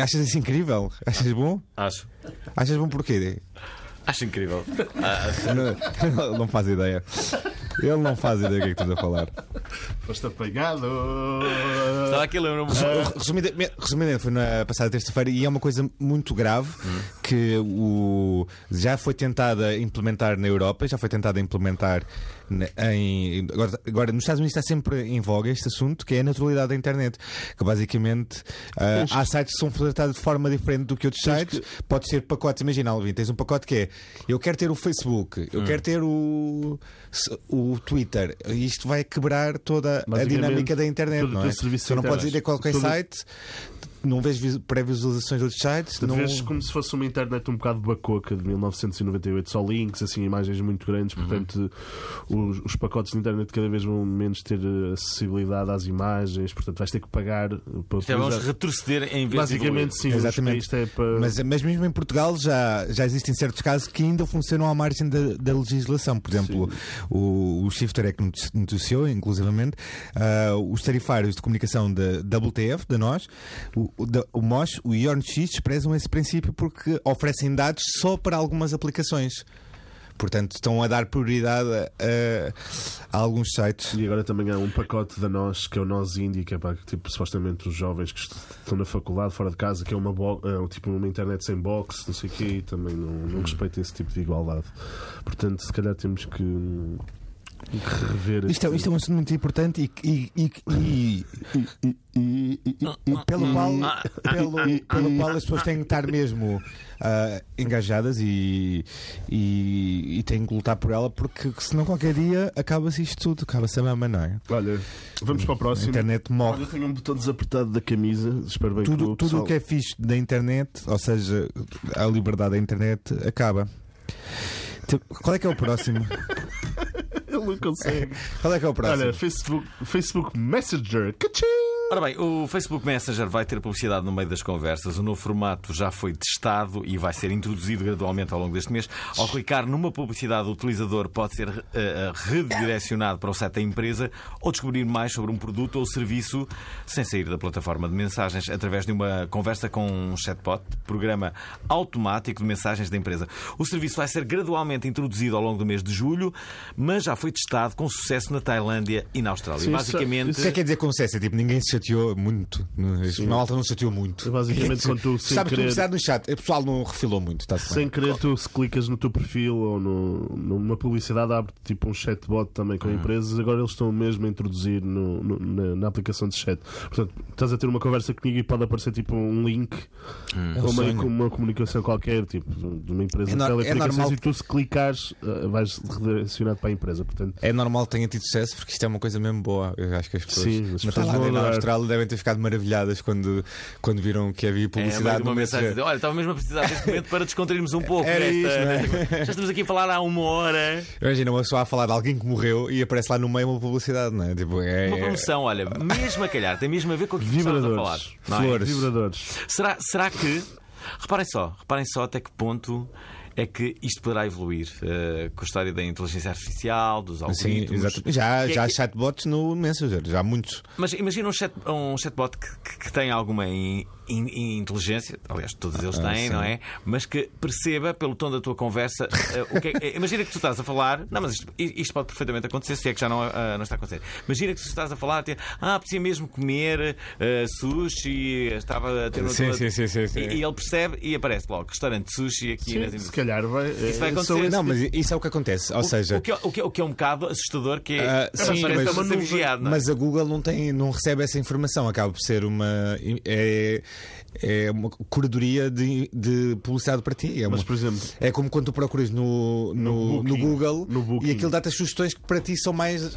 Speaker 2: Achas isso incrível? Achas bom?
Speaker 1: Acho.
Speaker 2: Achas bom porquê?
Speaker 1: Acho incrível.
Speaker 3: Ah.
Speaker 2: Não, ele não faz ideia. Ele não faz ideia do que é que estamos a falar.
Speaker 3: Foste apagado.
Speaker 1: Estava aqui, lembro-me.
Speaker 3: Ah.
Speaker 2: É. Resumidamente, resumidamente, foi na passada terça-feira e é uma coisa muito grave que o, já foi tentada implementar na Europa, já foi tentada implementar na- em. Agora, agora, nos Estados Unidos está sempre em voga este assunto, que é a naturalidade da internet. Que basicamente ah, há sites que são tratados de forma diferente do que outros sites. Pode ser pacotes, imagina, Alvin, tens um pacote que é eu quero ter o Facebook, eu quero ter o, o Twitter. Isto vai quebrar toda a
Speaker 3: Basicamente,
Speaker 2: dinâmica da internet.
Speaker 3: todo o
Speaker 2: Não
Speaker 3: teu
Speaker 2: é?
Speaker 3: serviço
Speaker 2: Tu não podes ir
Speaker 3: internet.
Speaker 2: a qualquer
Speaker 3: Todo-
Speaker 2: site, não vês vis- pré-visualizações de outros sites,
Speaker 3: Tu
Speaker 2: não.
Speaker 3: vês como se fosse uma internet um bocado bacoca de 1998, só links, assim, imagens muito grandes,
Speaker 1: Uhum.
Speaker 3: portanto os, os pacotes de internet cada vez vão menos ter eh, acessibilidade às imagens, portanto vais ter que pagar eh, para
Speaker 1: Então vamos
Speaker 3: utilizar.
Speaker 1: retroceder em vez
Speaker 3: Basicamente
Speaker 1: de. evoluir.
Speaker 3: sim,
Speaker 2: Exatamente.
Speaker 3: isto é para
Speaker 2: Mas, mas mesmo em Portugal já, já existem certos casos que ainda funcionam à margem da, da legislação. Por exemplo, o, o Shifter é que noti- noticiou, inclusivamente, ah, os tarifários de comunicação da WTF, da NOS, o, o, da, o MOS, o IONX, desprezam esse princípio porque oferecem dados só para algumas aplicações. Portanto, estão a dar prioridade a, a alguns sites.
Speaker 3: E agora também há um pacote da nós, que é o Nós Indie, que é para tipo, supostamente os jovens que est- estão na faculdade, fora de casa, que é uma, bo- é, um tipo, uma internet sem box, não sei o quê, e também não,
Speaker 1: Uhum.
Speaker 3: não respeita esse tipo de igualdade. Portanto, se calhar temos que, hum, que rever.
Speaker 7: Isto é, isto é um assunto muito importante e, e- e- e- e- e- e- e pelo, qual, pelo, pelo qual as pessoas têm que estar mesmo ah, engajadas e, e, e têm que lutar por ela, porque senão qualquer dia acaba-se isto tudo, acaba-se a mama, não é?
Speaker 3: Olha, vamos para o
Speaker 7: A
Speaker 3: próximo.
Speaker 7: internet
Speaker 3: Olha,
Speaker 7: morre.
Speaker 3: eu tenho um botão desapertado da camisa, espero bem que
Speaker 7: Tudo tudo o
Speaker 3: o pessoal-
Speaker 7: que é fixe da internet, ou seja, a liberdade da internet, acaba. Então, Qual é que é o próximo?
Speaker 3: Ele não consegue.
Speaker 7: Qual é que é o próximo?
Speaker 3: Olha, Facebook, Facebook Messenger. Cachim!
Speaker 1: Ora bem, o Facebook Messenger vai ter publicidade no meio das conversas. O novo formato já foi testado e vai ser introduzido gradualmente ao longo deste mês. Ao clicar numa publicidade, o utilizador pode ser eh, redirecionado para o site da empresa ou descobrir mais sobre um produto ou serviço sem sair da plataforma de mensagens através de uma conversa com um chatbot, programa automático de mensagens da empresa. O serviço vai ser gradualmente introduzido ao longo do mês de julho, mas já foi testado com sucesso na Tailândia e na Austrália.
Speaker 3: Sim, isso-
Speaker 1: Basicamente.
Speaker 2: O que é que quer dizer com sucesso? É tipo, ninguém se chateou muito. A malta não se chateou muito.
Speaker 3: Basicamente, quando tu, sem
Speaker 2: Sabes que
Speaker 3: querer,
Speaker 2: publicidade no chat, o pessoal não refilou muito, está-se bem.
Speaker 3: sem querer, tu se clicas no teu perfil ou no- numa publicidade, abre tipo um chatbot também
Speaker 7: Ah.
Speaker 3: com empresas. Agora eles estão mesmo a introduzir no- no- na, na aplicação de chat. Portanto, estás a ter uma conversa comigo e pode aparecer tipo um link ou uma,
Speaker 7: Ah. É um sonho.
Speaker 3: com uma comunicação qualquer, tipo de uma empresa
Speaker 2: É
Speaker 3: de
Speaker 2: nor- é
Speaker 3: telecomunicações.
Speaker 2: normal
Speaker 3: e tu, se clicares, eh, vais redirecionado para a empresa. Portanto,
Speaker 2: É normal que tenha tido sucesso porque isto é uma coisa mesmo boa. Eu acho que as pessoas,
Speaker 3: Sim, as
Speaker 2: na
Speaker 3: pessoas
Speaker 2: Tailândia
Speaker 3: vão
Speaker 2: e na
Speaker 3: adorar.
Speaker 2: Austrália devem ter ficado maravilhadas quando, quando viram que havia
Speaker 1: é,
Speaker 2: publicidade.
Speaker 1: mandei uma
Speaker 2: no
Speaker 1: mensagem.
Speaker 2: Messenger.
Speaker 1: de, Olha, estava mesmo a precisar deste momento para descontrairmos um pouco.
Speaker 2: Era
Speaker 1: nesta-
Speaker 2: isto, não é?
Speaker 1: nesta- Já estamos aqui a falar há uma hora.
Speaker 2: Imagina uma pessoa a falar de alguém que morreu e aparece lá no meio uma publicidade, não é? Tipo, é,
Speaker 1: Uma
Speaker 2: é-
Speaker 1: promoção, olha, mesmo a calhar, tem mesmo a ver com aquilo que estávamos a falar.
Speaker 3: vibradores.
Speaker 1: não é?
Speaker 3: Flores. Vibradores.
Speaker 1: Será, será que. Reparem só, reparem só até que ponto é que isto poderá evoluir eh, com a história da inteligência artificial, dos
Speaker 2: Sim,
Speaker 1: algoritmos.
Speaker 2: é assim, exato. Já,
Speaker 1: Que é
Speaker 2: já há
Speaker 1: que-
Speaker 2: chatbots no Messenger, já há muitos.
Speaker 1: Mas imagina um, chat- um chatbot que, que- que tem alguma in- in- in- inteligência, aliás, todos eles
Speaker 2: Ah,
Speaker 1: têm, não é? Mas que perceba pelo tom da tua conversa eh, o que é- eh, Imagina que tu estás a falar. Não, mas isto, isto pode perfeitamente acontecer, se é que já não, ah, não está a acontecer. Imagina que tu estás a falar, te- ah, precisa mesmo comer eh, sushi, estava a ter uma.
Speaker 2: Sim,
Speaker 1: tua-
Speaker 2: sim, sim, sim, sim.
Speaker 1: E, e ele percebe e aparece logo, restaurante de sushi aqui nas
Speaker 3: Se calhar vai. eh, Isso
Speaker 1: vai acontecer.
Speaker 2: Não, mas isso é o que acontece. Ou
Speaker 1: tipo- O-
Speaker 2: seja,
Speaker 1: o, que, é- o que é- o que é um bocado assustador, que é.
Speaker 2: Ah, sim,
Speaker 1: parece
Speaker 2: mas-
Speaker 1: uma
Speaker 2: mas-
Speaker 1: vigiada, não é?
Speaker 2: Mas a Google não, tem, não recebe essa informação, acaba por ser uma. É, é uma curadoria de, de publicidade para ti. É, uma-
Speaker 3: Mas, por exemplo,
Speaker 2: é como quando tu procuras no, no,
Speaker 3: No Booking.
Speaker 2: no Google
Speaker 3: No Booking.
Speaker 2: e aquilo dá-te as sugestões que para ti são mais.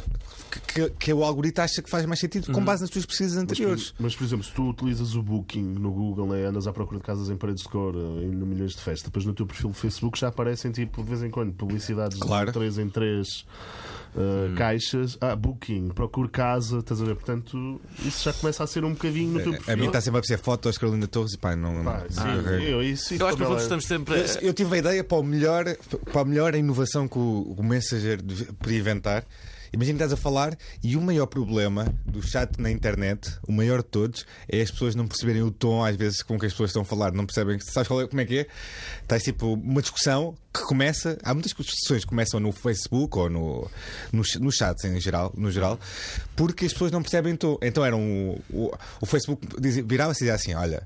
Speaker 2: que, que o algoritmo acha que faz mais sentido com base nas tuas pesquisas anteriores.
Speaker 3: Uhum. Mas, por exemplo, se tu utilizas o Booking no Google, né, andas à procura de casas em paredes de cor, eh, em milhões de festas, depois no teu perfil do Facebook já aparecem, tipo, de vez em quando, publicidades
Speaker 2: Claro.
Speaker 3: de 3 em 3
Speaker 1: Hum.
Speaker 3: caixas. Ah, Booking, procure casa, estás a ver? Portanto, isso já começa a Ah, ser um bocadinho no teu perfil.
Speaker 2: A mim está sempre a aparecer fotos, Carolina Torres e pá, não. Ah,
Speaker 3: Pá, sim,
Speaker 2: não-
Speaker 3: eu, isso, é. isso
Speaker 1: Eu acho que no fundo
Speaker 2: é.
Speaker 3: como ela-
Speaker 1: estamos sempre. a-
Speaker 2: Eu tive a ideia para, o melhor, para a melhor inovação que o, o Messenger dev- podia inventar. Imagina que estás a falar e o maior problema do chat na internet, o maior de todos, é as pessoas não perceberem o tom às vezes com que as pessoas estão a falar, não percebem. Sabes qual é- como é que é? Estás tipo uma discussão que começa. Há muitas discussões que começam no Facebook ou no, no, ch- no chat em geral, no geral, porque as pessoas não percebem o tom. Então era um, o, o Facebook dizia- virava-se e dizia assim: olha,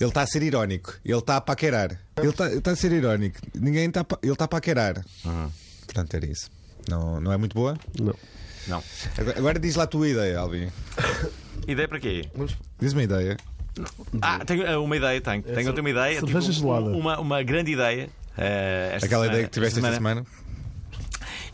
Speaker 2: ele está a ser irónico. Ele está a paquerar. Ele está está a ser irónico. Ninguém está pa- Ele está a paquerar. Portanto, era isso. Não, não é muito boa?
Speaker 3: Não.
Speaker 1: Não.
Speaker 2: Agora, agora diz lá a tua ideia, Alvin.
Speaker 1: eh, Ideia para quê?
Speaker 2: Diz uma ideia.
Speaker 1: Ah, tenho ah, uma ideia, tenho. Tenho outra ideia. Tive
Speaker 3: cerveja
Speaker 1: um-
Speaker 3: gelada.
Speaker 1: uma, uma grande ideia. eh, esta
Speaker 2: Aquela
Speaker 1: semana-
Speaker 2: ideia que tiveste esta semana.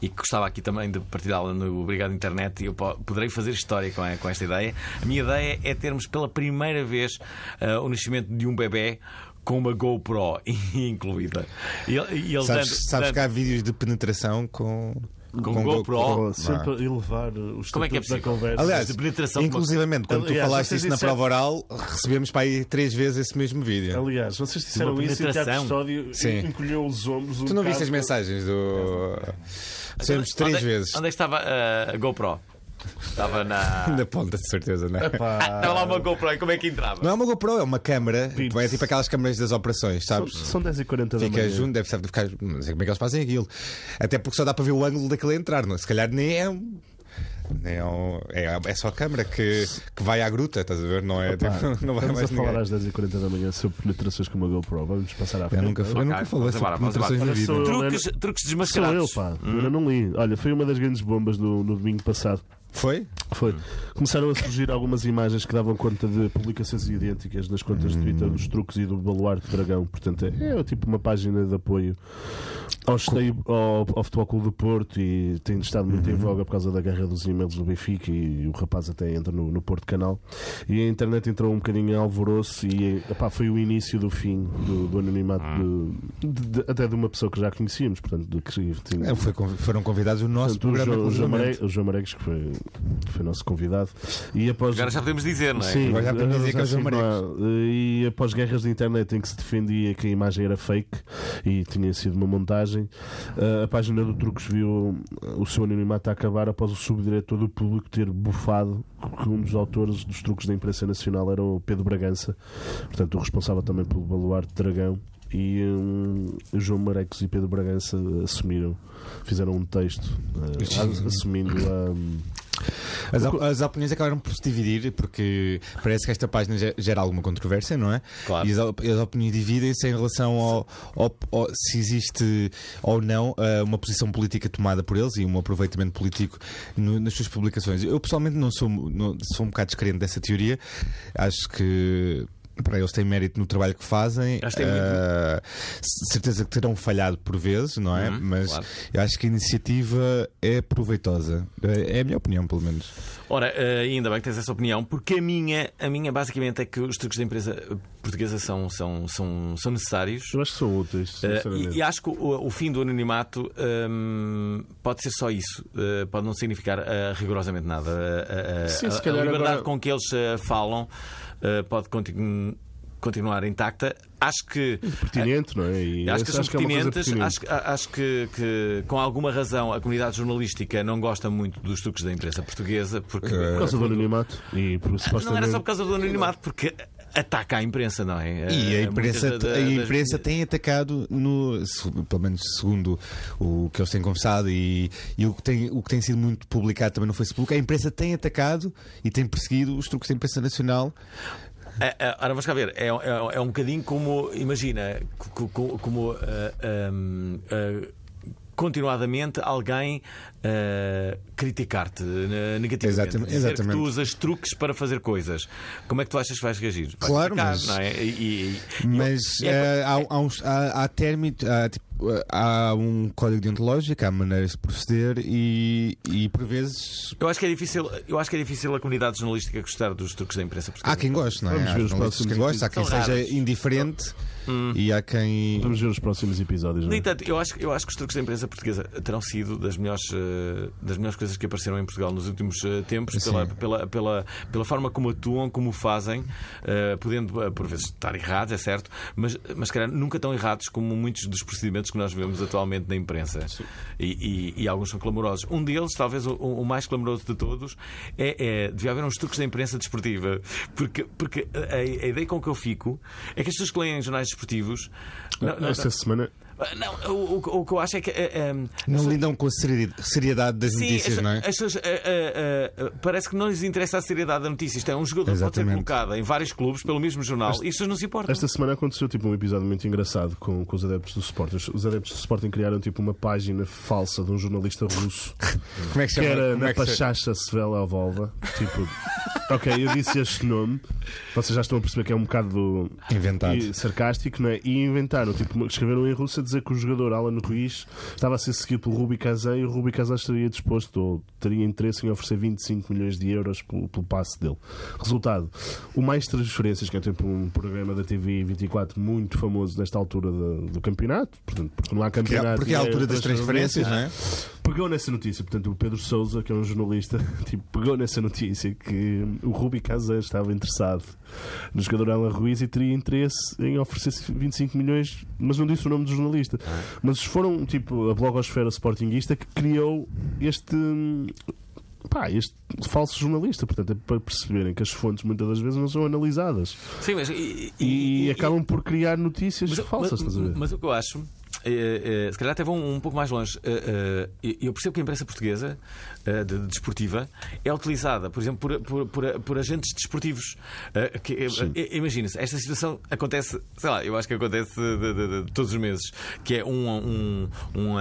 Speaker 1: e que gostava aqui também de partilhá-la no Obrigado Internet e eu po- poderei fazer história com, com esta ideia. A minha ideia é termos pela primeira vez ah, o nascimento de um bebê com uma GoPro incluída. E, ele- e ele
Speaker 2: Sabes,
Speaker 1: dando-
Speaker 2: sabes
Speaker 1: dando-
Speaker 2: que há vídeos de penetração com.
Speaker 1: Com
Speaker 2: go-
Speaker 1: GoPro.
Speaker 2: com-
Speaker 3: Sempre a elevar os
Speaker 1: Como é que é
Speaker 3: da
Speaker 1: possível?
Speaker 3: conversa. Tipo,
Speaker 2: Aliás,
Speaker 1: de penetração com uma-
Speaker 2: inclusivamente, quando tu
Speaker 3: Aliás,
Speaker 2: falaste
Speaker 3: vocês
Speaker 2: isso na
Speaker 3: disseram-
Speaker 2: prova oral, recebemos para aí três vezes esse mesmo vídeo.
Speaker 3: Aliás, vocês disseram
Speaker 1: Uma
Speaker 3: isso e o Tiago
Speaker 1: penetração.
Speaker 3: Custódio
Speaker 2: Sim.
Speaker 3: encolheu os ombros. um
Speaker 2: Tu não viste
Speaker 3: bocado.
Speaker 2: as mensagens do. Recebemos
Speaker 1: Onde
Speaker 2: três
Speaker 1: é-
Speaker 2: vezes.
Speaker 1: Onde é que estava ah, a GoPro? Estava na.
Speaker 2: Na ponta, de certeza, não é?
Speaker 1: Estava lá uma GoPro, aí como é que entrava?
Speaker 2: Não é uma GoPro, é uma câmara.
Speaker 3: Pips.
Speaker 2: É tipo aquelas câmaras das operações,
Speaker 3: São,
Speaker 2: sabes?
Speaker 3: são 10h40 da
Speaker 2: Fica
Speaker 3: manhã.
Speaker 2: junto, deve deve ficar. Não sei como é que eles fazem aquilo. Até porque só dá para ver o ângulo daquele entrar, não é? Se calhar nem é. um- nem é, um- é- é só a câmara que, que vai à gruta, estás a ver? Não é?
Speaker 3: Pá,
Speaker 2: tipo, não vai
Speaker 3: Estamos a
Speaker 2: mais
Speaker 3: falar
Speaker 2: ninguém.
Speaker 3: às 10h40 da manhã sobre penetrações com uma GoPro. Vamos passar à frente.
Speaker 7: Eu nunca, eu nunca falei
Speaker 1: Ok, vamos embora,
Speaker 7: sobre
Speaker 1: vamos
Speaker 7: penetrações na
Speaker 1: embora.
Speaker 7: vida.
Speaker 3: Sou eu,
Speaker 1: Truques, Hum?
Speaker 2: é-
Speaker 3: Helena.
Speaker 1: truques
Speaker 3: Sou eu,
Speaker 1: desmascarados.
Speaker 3: pá. Eu não li. Olha, foi uma das grandes bombas no, no domingo passado.
Speaker 2: Foi?
Speaker 3: Foi. Começaram a surgir algumas imagens que davam conta de publicações idênticas nas contas de Twitter dos truques e do Baluarte Dragão. Portanto, é, é tipo uma página de apoio ao, esteio, ao, ao Futebol Clube do Porto e tem estado muito em voga por causa da guerra dos e-mails do Benfica e o rapaz até entra no, no Porto Canal. E a internet entrou um bocadinho em alvoroço e epá, foi o início do fim do, do anonimato de- de- de- até de uma pessoa que já conhecíamos. Portanto, de que tinha-
Speaker 2: É, foi con- foram convidados o nosso
Speaker 3: Portanto, o
Speaker 2: programa. é
Speaker 3: João, o João
Speaker 2: inclusivamente.
Speaker 3: Maré- o João Maregues, que foi, foi nosso convidado, e após.
Speaker 1: Agora já podemos dizer, não é?
Speaker 3: Sim,
Speaker 2: Agora já podemos dizer que é o
Speaker 3: já
Speaker 2: João
Speaker 3: sei não há. E eh, após guerras de internet em que se defendia que a imagem era fake e tinha sido uma montagem, eh, a página do Truques viu eh, o seu anonimato a acabar após o subdiretor do público ter bufado que um dos autores dos truques da imprensa nacional era o Pedro Bragança, portanto, o responsável também pelo baluarte Dragão. E hum, João Marecos e Pedro Bragança assumiram, fizeram um texto eh, assumindo a.
Speaker 2: As, op- as opiniões acabaram por se dividir porque parece que esta página ge- gera alguma controvérsia, não é?
Speaker 1: Claro.
Speaker 2: E as, op- as opiniões dividem-se em relação ao, ao- ao- se existe ou não eh, uma posição política tomada por eles e um aproveitamento político no- nas suas publicações. Eu pessoalmente não sou, mu- não- sou um bocado descrente dessa teoria. Acho que. Para eles têm mérito no trabalho que fazem,
Speaker 1: Acho que tem muito.
Speaker 2: Eh, c- certeza que terão falhado por vezes, não é?
Speaker 1: Uhum,
Speaker 2: Mas
Speaker 1: claro.
Speaker 2: eu acho que a iniciativa é proveitosa. É é a minha opinião, pelo menos.
Speaker 1: Ora, eh, ainda bem que tens essa opinião, porque a minha, a minha basicamente é que os truques da empresa portuguesa são, são, são, são necessários.
Speaker 3: Eu acho que são úteis,
Speaker 1: Eh,
Speaker 3: sinceramente.
Speaker 1: e, e acho que o, o fim do anonimato hum, pode ser só isso, Eh, pode não significar eh, rigorosamente nada. Eh, eh,
Speaker 3: Sim,
Speaker 1: a,
Speaker 3: se
Speaker 1: a
Speaker 3: calhar
Speaker 1: liberdade
Speaker 3: agora-
Speaker 1: com que eles eh, falam eh, pode continu- continuar intacta. Acho que eh,
Speaker 3: pertinente, não é? E
Speaker 1: Acho
Speaker 3: esse-
Speaker 1: que são
Speaker 3: é uma coisa
Speaker 1: pertinentes.
Speaker 3: pertinente.
Speaker 1: acho que- a- acho que, que, com alguma razão, a comunidade jornalística não gosta muito dos truques da imprensa portuguesa, porque.
Speaker 3: Por causa do anonimato. E por,
Speaker 1: é Não era
Speaker 3: supostamente.
Speaker 1: só por causa do anonimato, porque ataca a imprensa, não é?
Speaker 2: E a
Speaker 1: Eh,
Speaker 2: imprensa,
Speaker 1: muitas da- da-
Speaker 2: a imprensa
Speaker 1: das-
Speaker 2: tem atacado, no, se- pelo menos segundo o que eles têm conversado e, e o, que tem, o que tem sido muito publicado também no Facebook, a imprensa tem atacado e tem perseguido os truques da imprensa nacional.
Speaker 1: É, é, Ora, vamos cá ver. É, é, é um bocadinho como, imagina, co- co- como. ah, ahm, ah, Continuadamente alguém ah, criticar-te eh, negativamente.
Speaker 2: Exatamente,
Speaker 1: dizer
Speaker 2: exatamente.
Speaker 1: Que tu usas truques para fazer coisas. Como é que tu achas que vais reagir? Vais
Speaker 2: Claro,
Speaker 1: atacar,
Speaker 2: mas-
Speaker 1: não é? E- e- e-
Speaker 2: Mas
Speaker 1: e-
Speaker 2: eh, há, há, uns- há, há término- há, tipo, eh, há um código deontológico, há maneiras de proceder e, e por vezes
Speaker 1: Eu acho que é difícil, eu acho que é difícil a comunidade jornalística gostar dos truques da imprensa portuguesa.
Speaker 2: há quem goste, não é?
Speaker 3: Vamos
Speaker 2: Há
Speaker 3: ver os
Speaker 2: jornalistas
Speaker 3: próximos
Speaker 2: quem gosta, há quem
Speaker 1: episódios.
Speaker 2: seja indiferente e há quem.
Speaker 3: Vamos ver os próximos episódios. Não
Speaker 1: No
Speaker 3: é?
Speaker 1: entanto, eu acho, eu acho que os truques da imprensa portuguesa terão sido das melhores, eh, das melhores coisas que apareceram em Portugal nos últimos eh, tempos, pela, pela, pela, pela forma como atuam, como o fazem, eh, podendo eh, por vezes estar errados, é certo, mas, mas se calhar nunca tão errados como muitos dos procedimentos que nós vemos atualmente na imprensa. E, e- e alguns são clamorosos. Um deles, talvez o, o mais clamoroso de todos, é, é devia haver uns truques da imprensa desportiva, porque, porque a, a ideia com que eu fico é que as pessoas que leem jornais desportivos. não- não-
Speaker 3: Esta semana.
Speaker 1: Ah, não, o, o- o que eu acho é que. eh, eh,
Speaker 2: Não lidam com a seriedade- seriedade das
Speaker 1: Sim,
Speaker 2: notícias,
Speaker 1: as-
Speaker 2: não é?
Speaker 1: as pessoas, eh, eh, eh, parece que não lhes interessa a seriedade da notícia. Isto é um jogador que pode ser
Speaker 2: Exatamente.
Speaker 1: colocado em vários clubes pelo mesmo jornal e as pessoas não se importam.
Speaker 3: Esta semana aconteceu tipo um episódio muito engraçado com, com os adeptos do Sporting. Os, os adeptos do Sporting criaram tipo uma página falsa de um jornalista russo
Speaker 2: Como é que
Speaker 3: que era
Speaker 2: Como
Speaker 3: na
Speaker 2: é que se-
Speaker 3: Pachacha Svela Volva. Tipo, ok, eu disse este nome. Vocês já estão a perceber que é um bocado do-
Speaker 2: Inventado.
Speaker 3: e sarcástico, não é? E inventaram, tipo, escreveram em russo a dizer que o jogador Alan Ruiz estava a ser seguido pelo Rubi Kazan e o Rubi Kazan estaria disposto ou teria interesse em oferecer 25 milhões de euros pelo, pelo passe dele. Resultado: o Mais Transferências, que é tipo um programa da TV 24 muito famoso nesta altura do, do campeonato, portanto, porque não há
Speaker 2: Porque é-
Speaker 3: campeonato.
Speaker 2: Porque é a
Speaker 3: e
Speaker 2: altura das transferências, não é?
Speaker 3: Pegou nessa notícia, portanto, o Pedro Souza, que é um jornalista, tipo, pegou nessa notícia que o Rubi Casa estava interessado no jogador Alan Ruiz e teria interesse em oferecer 25 milhões, mas não disse o nome do jornalista.
Speaker 1: Ah.
Speaker 3: Mas foram, tipo, a blogosfera sportinguista que criou este. hum, pá, este falso jornalista. Portanto, é para perceberem que as fontes muitas das vezes não são analisadas
Speaker 1: Sim, mas. E,
Speaker 3: e, acabam por criar notícias falsas,
Speaker 1: mas,
Speaker 3: estás a ver?
Speaker 1: mas o que eu acho. eh, eh, se calhar até vão um pouco mais longe. Eh, eh, eu percebo que a imprensa portuguesa, eh, de- desportiva, é utilizada, por exemplo, por, por- por- por agentes desportivos. Eh, que, eh, eh, Imagina-se, esta situação acontece, sei lá, eu acho que acontece de- de- de todos os meses, que é um, um, um,